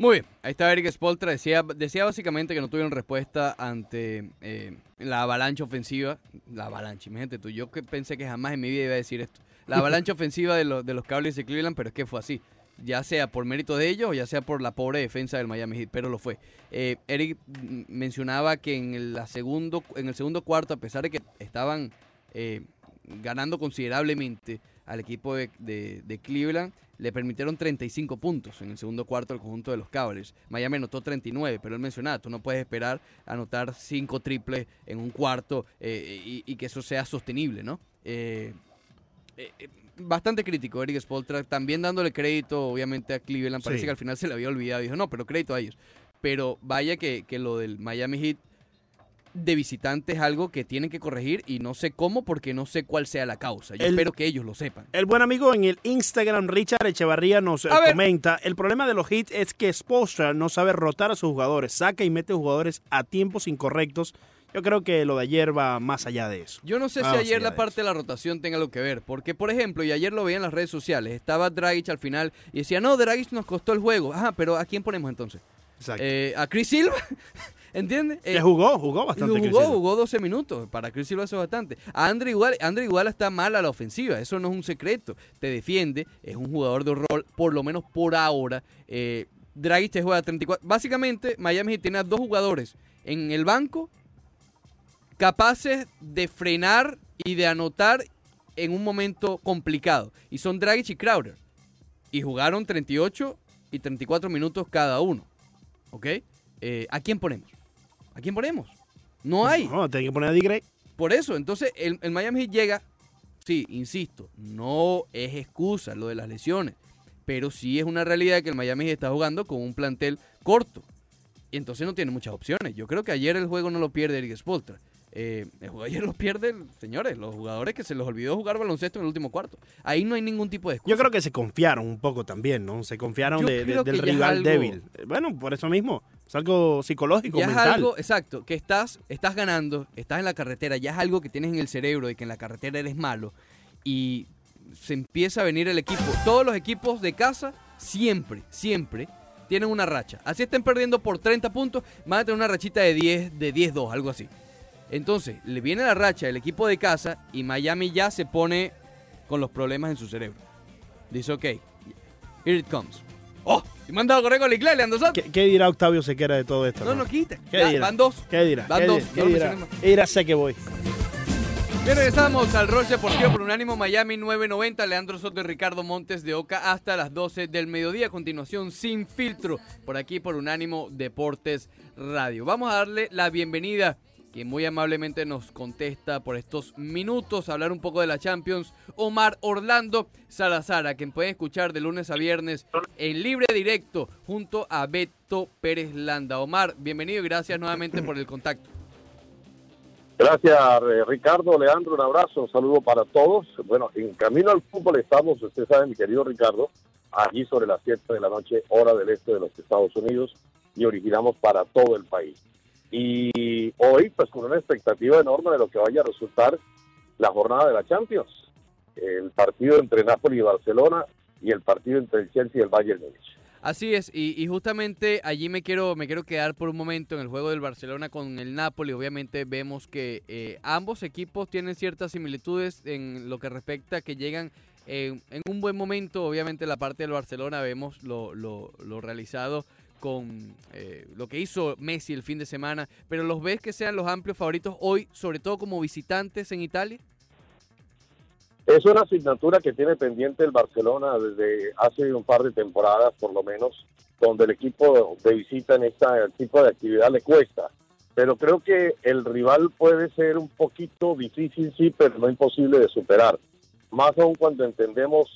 Speaker 2: Muy bien, ahí está Eric Spoltra. Decía, decía básicamente que no tuvieron respuesta ante eh, la avalancha ofensiva. La avalancha, imagínate tú. Yo que pensé que jamás en mi vida iba a decir esto. La avalancha ofensiva de, los de los cables de Cleveland, pero es que fue así. Ya sea por mérito de ellos o ya sea por la pobre defensa del Miami Heat, pero lo fue. Eh, Eric mm, mencionaba que en el, la segundo, en el segundo cuarto, a pesar de que estaban eh, ganando considerablemente al equipo de, de- de Cleveland. Le permitieron 35 puntos en el segundo cuarto al conjunto de los Cavaliers. Miami anotó 39, pero él mencionaba, tú no puedes esperar anotar 5 triples en un cuarto eh, y, y que eso sea sostenible, ¿no? Eh, eh, eh, bastante crítico Eric Spoltra, también dándole crédito obviamente a Cleveland. Parece
Speaker 1: Sí.
Speaker 2: que al final se le había olvidado. Dijo, no, pero crédito a ellos. Pero vaya que, que lo del Miami Heat de visitantes es algo que tienen que corregir y no sé cómo porque no sé cuál sea la causa. Yo
Speaker 1: El-
Speaker 2: espero que ellos lo sepan.
Speaker 1: El buen amigo en el Instagram, Richard Echevarría, nos eh,
Speaker 2: A ver.
Speaker 1: comenta, el problema de los hits es que Spoelstra no sabe rotar a sus jugadores, saca y mete jugadores a tiempos incorrectos Yo creo que lo de ayer va más allá de eso.
Speaker 2: Yo no sé
Speaker 1: Ah,
Speaker 2: si
Speaker 1: sí,
Speaker 2: ayer
Speaker 1: ya
Speaker 2: la
Speaker 1: ves.
Speaker 2: parte de la rotación tenga algo que ver, porque por ejemplo, y ayer lo veía en las redes sociales, estaba Dragic al final y decía, no, Dragic nos costó el juego. Ajá, pero ¿a quién ponemos entonces?
Speaker 1: Exacto.
Speaker 2: Eh, ¿A Chris Silva? ¿Entiendes? Eh,
Speaker 1: que jugó, jugó bastante.
Speaker 2: jugó,
Speaker 1: Chris
Speaker 2: jugó,
Speaker 1: Silva.
Speaker 2: 12 minutos, para Chris Silva eso es bastante. A Andre igual, Andre igual está mal a la ofensiva, eso no es un secreto. Te defiende, es un jugador de rol, por lo menos por ahora. Eh, Dragic te juega 34. Básicamente, Miami Heat tiene a dos jugadores en el banco capaces de frenar y de anotar en un momento complicado. Y son Dragic y Crowder. Y jugaron 38 y 34 minutos cada uno. ¿Ok? Eh, ¿A quién ponemos? ¿A quién ponemos? No hay.
Speaker 1: No, tiene que poner a D-Gray.
Speaker 2: Por eso, entonces el, el Miami Heat llega. Sí, insisto, no es excusa lo de las lesiones. Pero sí es una realidad que el Miami Heat está jugando con un plantel corto. Y entonces no tiene muchas opciones. Yo creo que ayer el juego no lo pierde Eric Spoltra. Eh, el juego ayer lo pierden, señores, los jugadores que se les olvidó jugar baloncesto en el último cuarto. Ahí no hay ningún tipo de excusa.
Speaker 1: Yo creo que se confiaron un poco también, ¿no? Se confiaron
Speaker 2: Yo
Speaker 1: de- de-
Speaker 2: creo que
Speaker 1: del
Speaker 2: ya es
Speaker 1: rival
Speaker 2: algo-
Speaker 1: débil. Eh, Bueno, por eso mismo. Es algo psicológico,
Speaker 2: ya
Speaker 1: mental.
Speaker 2: es algo, exacto, que estás, estás ganando, estás en la carretera, ya es algo que tienes en el cerebro de que en la carretera eres malo y se empieza a venir el equipo. Todos los equipos de casa siempre, siempre tienen una racha. Así estén perdiendo por 30 puntos, van a tener una rachita de 10, de 10-2, algo así. Entonces, le viene la racha del equipo de casa y Miami ya se pone con los problemas en su cerebro. Dice, ok, here it comes. ¡Oh! Y manda a correr con la iglesia, Leandro Santos.
Speaker 1: ¿Qué, qué dirá Octavio Sequera de todo esto?
Speaker 2: No,
Speaker 1: no?
Speaker 2: no quita.
Speaker 1: ¿Qué
Speaker 2: Ya,
Speaker 1: dirá?
Speaker 2: van dos.
Speaker 1: ¿Qué dirá?
Speaker 2: Van
Speaker 1: ¿Qué
Speaker 2: dos,
Speaker 1: dirá?
Speaker 2: no
Speaker 1: ¿Qué
Speaker 2: lo
Speaker 1: dirá?
Speaker 2: mencionemos.
Speaker 1: ¿Qué dirá? Sé que voy.
Speaker 2: Bien, regresamos al Roche Deportivo por Unánimo Miami 990. Leandro Soto y Ricardo Montes de Oca hasta las 12 del mediodía. A continuación, sin filtro, por aquí por Unánimo Deportes Radio. Vamos a darle la bienvenida, quien muy amablemente nos contesta por estos minutos, a hablar un poco de la Champions, Omar Orlando Salazar, a quien pueden escuchar de lunes a viernes en libre directo junto a Beto Pérez Landa. Omar, bienvenido y gracias nuevamente por el contacto.
Speaker 6: Gracias, eh, Ricardo, Leandro, un abrazo, un saludo para todos. Bueno, en camino al fútbol estamos, usted sabe, mi querido Ricardo, allí sobre las 7 de la noche, hora del este de los Estados Unidos, y originamos para todo el país. Y hoy, pues con una expectativa enorme de lo que vaya a resultar la jornada de la Champions, el partido entre Napoli y Barcelona y el partido entre el Chelsea y el Bayern Múnich.
Speaker 2: Así es, y, y justamente allí me quiero, me quiero quedar por un momento en el juego del Barcelona con el Napoli. Obviamente vemos que eh, ambos equipos tienen ciertas similitudes en lo que respecta a que llegan eh, en un buen momento. Obviamente la parte del Barcelona vemos lo, lo- lo realizado con eh, lo que hizo Messi el fin de semana, pero los ves que sean los amplios favoritos hoy, sobre todo como visitantes en Italia.
Speaker 6: Es una asignatura que tiene pendiente el Barcelona desde hace un par de temporadas, por lo menos, donde el equipo de visita en este tipo de actividad le cuesta. Pero creo que el rival puede ser un poquito difícil, sí, pero no imposible de superar. Más aún cuando entendemos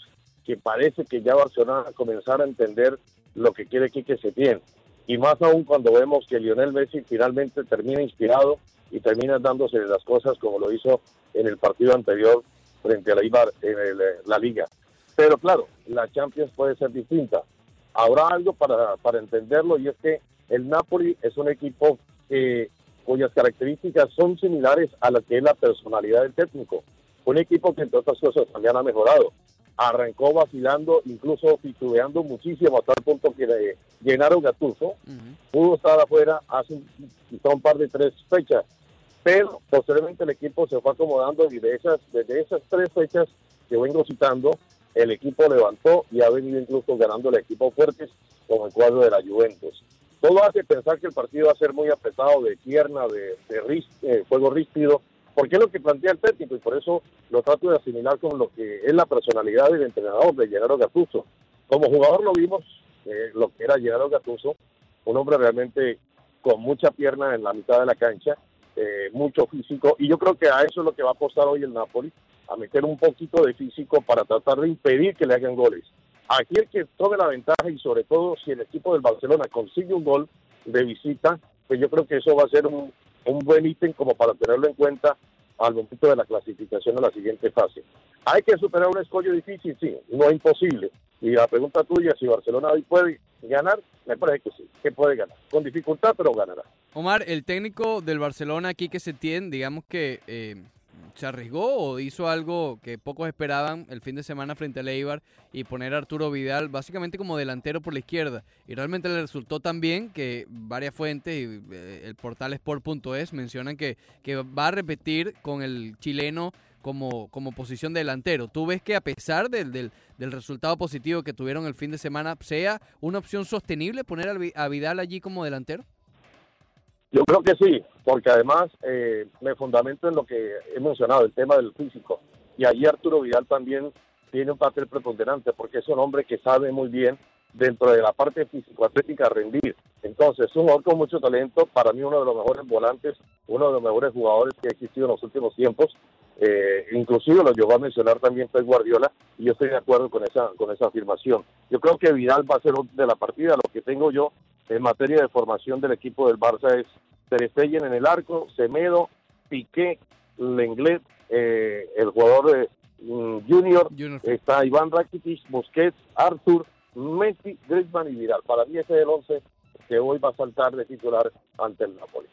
Speaker 6: que parece que ya Barcelona comenzará a entender lo que quiere Quique Setién. Y más aún cuando vemos que Lionel Messi finalmente termina inspirado y termina dándose las cosas como lo hizo en el partido anterior frente a la Ibar en el, eh, la liga. Pero claro, la Champions puede ser distinta. Habrá algo para, para entenderlo y es que el Napoli es un equipo que- cuyas características son similares a las que es la personalidad del técnico. Un equipo que entre otras cosas también ha mejorado. Arrancó vacilando, incluso titubeando muchísimo hasta el punto que le llenaron Gattuso pudo estar afuera hace un- quizá un par de tres fechas, pero posteriormente el equipo se fue acomodando y de esas, desde esas tres fechas que vengo citando, el equipo levantó y ha venido incluso ganando el equipo fuertes como el cuadro de la Juventus. Todo hace pensar que el partido va a ser muy apretado de pierna, de, de ris- eh, juego ríspido, porque es lo que plantea el técnico y por eso lo trato de asimilar con lo que es la personalidad del entrenador de Gennaro Gattuso. Como jugador lo vimos, eh, lo que era Gennaro Gattuso, un hombre realmente con mucha pierna en la mitad de la cancha, eh, mucho físico, y yo creo que a eso es lo que va a apostar hoy el Napoli, a meter un poquito de físico para tratar de impedir que le hagan goles. Aquí el que tome la ventaja y sobre todo si el equipo del Barcelona consigue un gol de visita, pues yo creo que eso va a ser un, un buen ítem como para tenerlo en cuenta al momento de la clasificación a la siguiente fase. Hay que superar un escollo difícil, sí, no imposible, Y la pregunta tuya, si Barcelona hoy puede ganar, me parece que sí, que puede ganar. Con dificultad, pero ganará.
Speaker 2: Omar, el técnico del Barcelona, Quique Setién, digamos que eh, se arriesgó o hizo algo que pocos esperaban el fin de semana frente al Eibar y poner a Arturo Vidal básicamente como delantero por la izquierda. Y realmente le resultó tan bien que varias fuentes y eh, el portal sport.es mencionan que, que va a repetir con el chileno como, como posición de delantero. ¿Tú ves que a pesar del, del, del resultado positivo que tuvieron el fin de semana, sea una opción sostenible poner al Vi- a Vidal allí como delantero?
Speaker 6: Yo creo que sí, porque además eh, me fundamento en lo que he mencionado, el tema del físico. Y allí Arturo Vidal también tiene un papel preponderante, porque es un hombre que sabe muy bien dentro de la parte físico-atlética rendir. Entonces, es un jugador con mucho talento, para mí uno de los mejores volantes, uno de los mejores jugadores que ha existido en los últimos tiempos. Eh, inclusive lo llegó a mencionar también Pep Guardiola, y yo estoy de acuerdo con esa, con esa afirmación. Yo creo que Vidal va a ser de la partida, lo que tengo yo en materia de formación del equipo del Barça es Ter Stegen en el arco, Semedo, Piqué, Lenglet, eh, el jugador de, mm, junior,
Speaker 2: Junior
Speaker 6: está Iván Rakitic, Busquets, Arthur, Messi, Griezmann y Vidal. Para mí ese es el 11 que hoy va a saltar de titular ante el Napoli.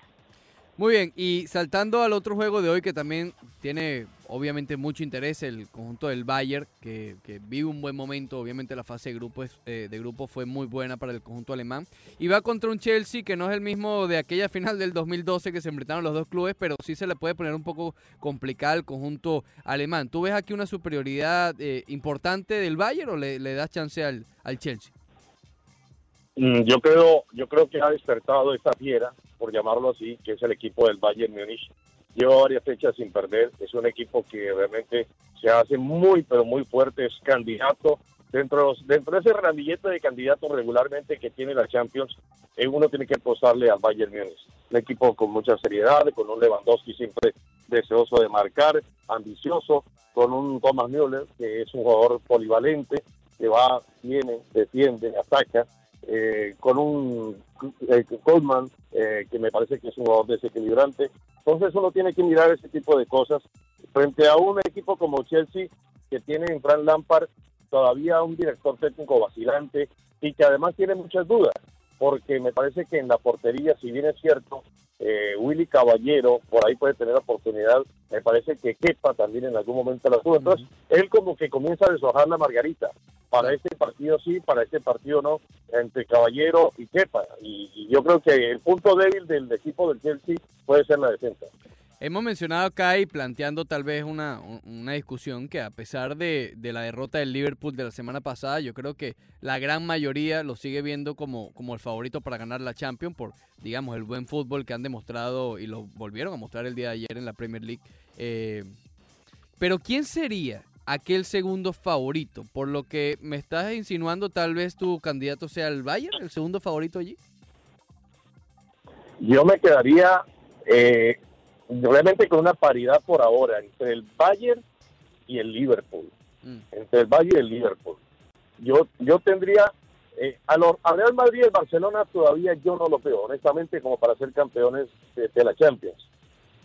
Speaker 2: Muy bien, y saltando al otro juego de hoy que también tiene obviamente mucho interés, el conjunto del Bayern, que, que vive un buen momento, obviamente la fase de grupos, eh, de grupo fue muy buena para el conjunto alemán, y va contra un Chelsea que no es el mismo de aquella final del 2012 que se enfrentaron los dos clubes, pero sí se le puede poner un poco complicada al conjunto alemán. ¿Tú ves aquí una superioridad eh, importante del Bayern o le, le das chance al, al Chelsea?
Speaker 6: Mm, Yo creo, yo creo que ha despertado esta fiera, por llamarlo así, que es el equipo del Bayern Múnich. Lleva varias fechas sin perder. Es un equipo que realmente se hace muy, pero muy fuerte. Es candidato. Dentro de, los- dentro de ese ramillete de candidatos regularmente que tiene la Champions, eh, uno tiene que apostarle al Bayern Múnich. Un equipo con mucha seriedad, con un Lewandowski siempre deseoso de marcar, ambicioso, con un Thomas Müller, que es un jugador polivalente, que va, viene, defiende, ataca eh, con un eh, Coleman eh, que me parece que es un jugador desequilibrante. Entonces uno tiene que mirar ese tipo de cosas frente a un equipo como Chelsea que tiene en Frank Lampard todavía un director técnico vacilante y que además tiene muchas dudas porque me parece que en la portería, si bien es cierto, eh, Willy Caballero por ahí puede tener oportunidad, me parece que Kepa también en algún momento la tuvo. Entonces, él como que comienza a deshojar la margarita. Para este partido sí, para este partido no, entre Caballero y Kepa. Y, y yo creo que el punto débil del equipo del Chelsea puede ser la defensa.
Speaker 2: Hemos mencionado acá y planteando tal vez una, un- una discusión que a pesar de, de la derrota del Liverpool de la semana pasada, yo creo que la gran mayoría lo sigue viendo como, como el favorito para ganar la Champions por, digamos, el buen fútbol que han demostrado y lo volvieron a mostrar el día de ayer en la Premier League. Eh, pero ¿quién sería aquel segundo favorito? Por lo que me estás insinuando, tal vez tu candidato sea el Bayern, el segundo favorito allí.
Speaker 6: Yo me quedaría eh, realmente con una paridad por ahora entre el Bayern y el Liverpool.
Speaker 2: Mm.
Speaker 6: entre el Valle y el Liverpool. Yo, yo tendría eh, a, los, a Real Madrid y el Barcelona todavía yo no lo veo, honestamente, como para ser campeones de, de la Champions.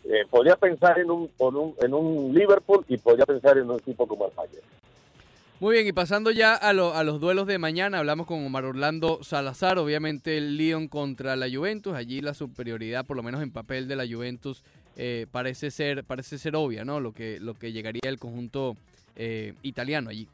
Speaker 6: Eh, podría pensar en un, en un en un Liverpool y podría pensar en un equipo como el Valle.
Speaker 2: Muy bien, y pasando ya a, lo- a los duelos de mañana, hablamos con Omar Orlando Salazar, obviamente el Lyon contra la Juventus, allí la superioridad, por lo menos en papel de la Juventus, eh, parece ser parece ser obvia, ¿no? Lo que, lo que llegaría el conjunto eh, italiano allí.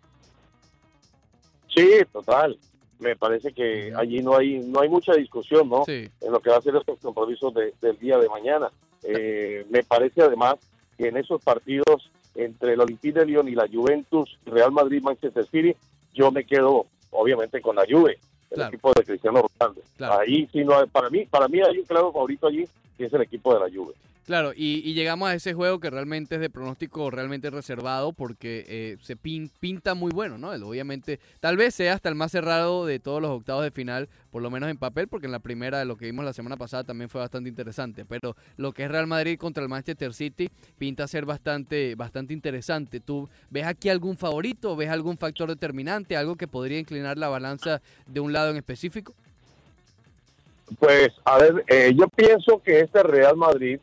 Speaker 6: Sí, total. Me parece que allí no hay no hay mucha discusión, ¿no?
Speaker 2: Sí.
Speaker 6: en lo que va a ser estos compromisos de- del día de mañana. Eh, me parece además que en esos partidos entre el Olympique de Lyon y la Juventus, Real Madrid, Manchester City, yo me quedo obviamente con la Juve, el
Speaker 2: Claro.
Speaker 6: equipo de Cristiano Ronaldo.
Speaker 2: Claro.
Speaker 6: Ahí sí no hay- para mí para mí hay un claro favorito allí que es el equipo de la Juve.
Speaker 2: Claro, y, y llegamos a ese juego que realmente es de pronóstico realmente reservado porque eh, se pin- pinta muy bueno, ¿no? El- Obviamente, tal vez sea hasta el más cerrado de todos los octavos de final, por lo menos en papel, porque en la primera de lo que vimos la semana pasada también fue bastante interesante, pero lo que es Real Madrid contra el Manchester City pinta ser bastante, bastante interesante. ¿Tú ves aquí algún favorito, ves algún factor determinante, algo que podría inclinar la balanza de un lado en específico?
Speaker 6: Pues, a ver, eh, yo pienso que este Real Madrid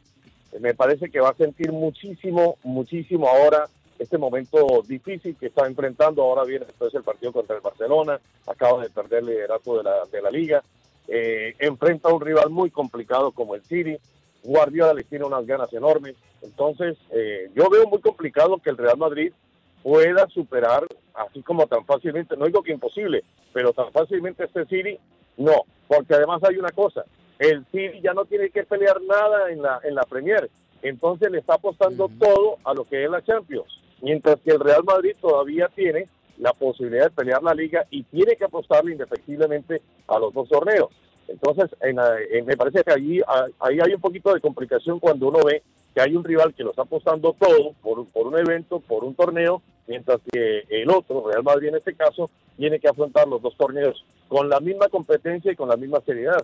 Speaker 6: eh, me parece que va a sentir muchísimo, muchísimo ahora este momento difícil que está enfrentando. Ahora viene después el partido contra el Barcelona, acaba de perder el liderato de la, de la liga. Eh, enfrenta a un rival muy complicado como el City. Guardiola les tiene unas ganas enormes. Entonces, eh, yo veo muy complicado que el Real Madrid pueda superar, así como tan fácilmente, no digo que imposible, pero tan fácilmente este City, no. Porque además hay una cosa, el City ya no tiene que pelear nada en la, en la Premier. Entonces le está apostando todo a lo que es la Champions. Mientras que el Real Madrid todavía tiene la posibilidad de pelear la liga y tiene que apostarle indefectiblemente a los dos torneos. Entonces, en, en- me parece que allí, a- ahí hay un poquito de complicación cuando uno ve que hay un rival que lo está apostando todo por, un- por un evento, por un torneo, mientras que el otro, Real Madrid en este caso, tiene que afrontar los dos torneos con la misma competencia y con la misma seriedad.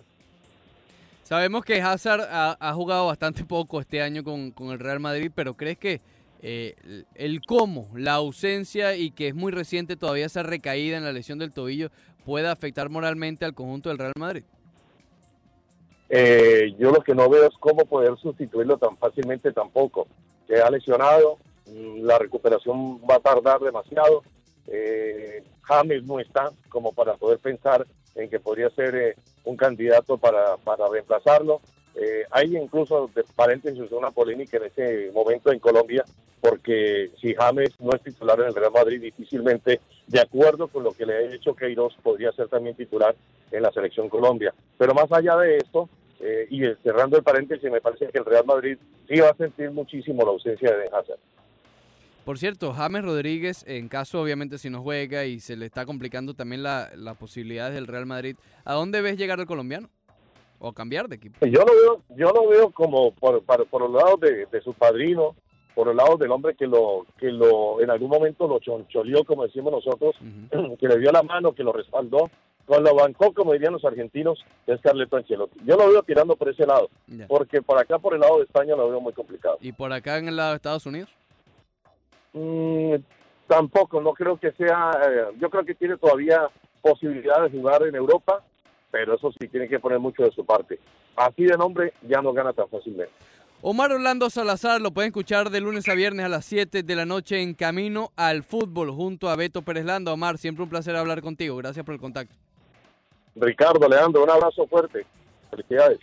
Speaker 2: Sabemos que Hazard ha, ha jugado bastante poco este año con, con el Real Madrid, pero ¿crees que eh, el- el cómo, la ausencia y que es muy reciente todavía esa recaída en la lesión del tobillo pueda afectar moralmente al conjunto del Real Madrid?
Speaker 6: Eh, yo lo que no veo es cómo poder sustituirlo tan fácilmente tampoco. Se ha lesionado, mm, la recuperación va a tardar demasiado. Eh, James no está como para poder pensar en que podría ser eh, un candidato para, para reemplazarlo. Eh, hay incluso, de paréntesis, una polémica en este momento en Colombia, porque si James no es titular en el Real Madrid, difícilmente, de acuerdo con lo que le ha hecho Queiroz, podría ser también titular en la selección Colombia. Pero más allá de esto, eh, y cerrando el paréntesis, me parece que el Real Madrid sí va a sentir muchísimo la ausencia de Hazard.
Speaker 2: Por cierto, James Rodríguez, en caso obviamente si no juega y se le está complicando también la- las posibilidades del Real Madrid, ¿a dónde ves llegar al colombiano? ¿O cambiar de equipo?
Speaker 6: Yo lo veo, yo lo veo como por, para- por los lados de, de su padrino, por los lados del hombre que lo que lo en algún momento lo choncholeó, como decimos nosotros,
Speaker 2: Ujú.
Speaker 6: que le dio la mano, que lo respaldó, con lo bancó, como dirían los argentinos, es Carleto Ancelotti. Yo lo veo tirando por ese lado,
Speaker 2: Ya.
Speaker 6: porque por acá, por el lado de España, lo veo muy complicado.
Speaker 2: ¿Y por acá en el lado de Estados Unidos?
Speaker 6: Mm, tampoco, no creo que sea, eh, yo creo que tiene todavía posibilidad de jugar en Europa, pero eso sí, tiene que poner mucho de su parte. Así de nombre ya no gana tan fácilmente.
Speaker 2: Omar Orlando Salazar lo pueden escuchar de lunes a viernes a las 7 de la noche en Camino al Fútbol junto a Beto Pérez Landa. Omar, siempre un placer hablar contigo. Gracias por el contacto.
Speaker 6: Ricardo, Leandro, un abrazo fuerte. Felicidades.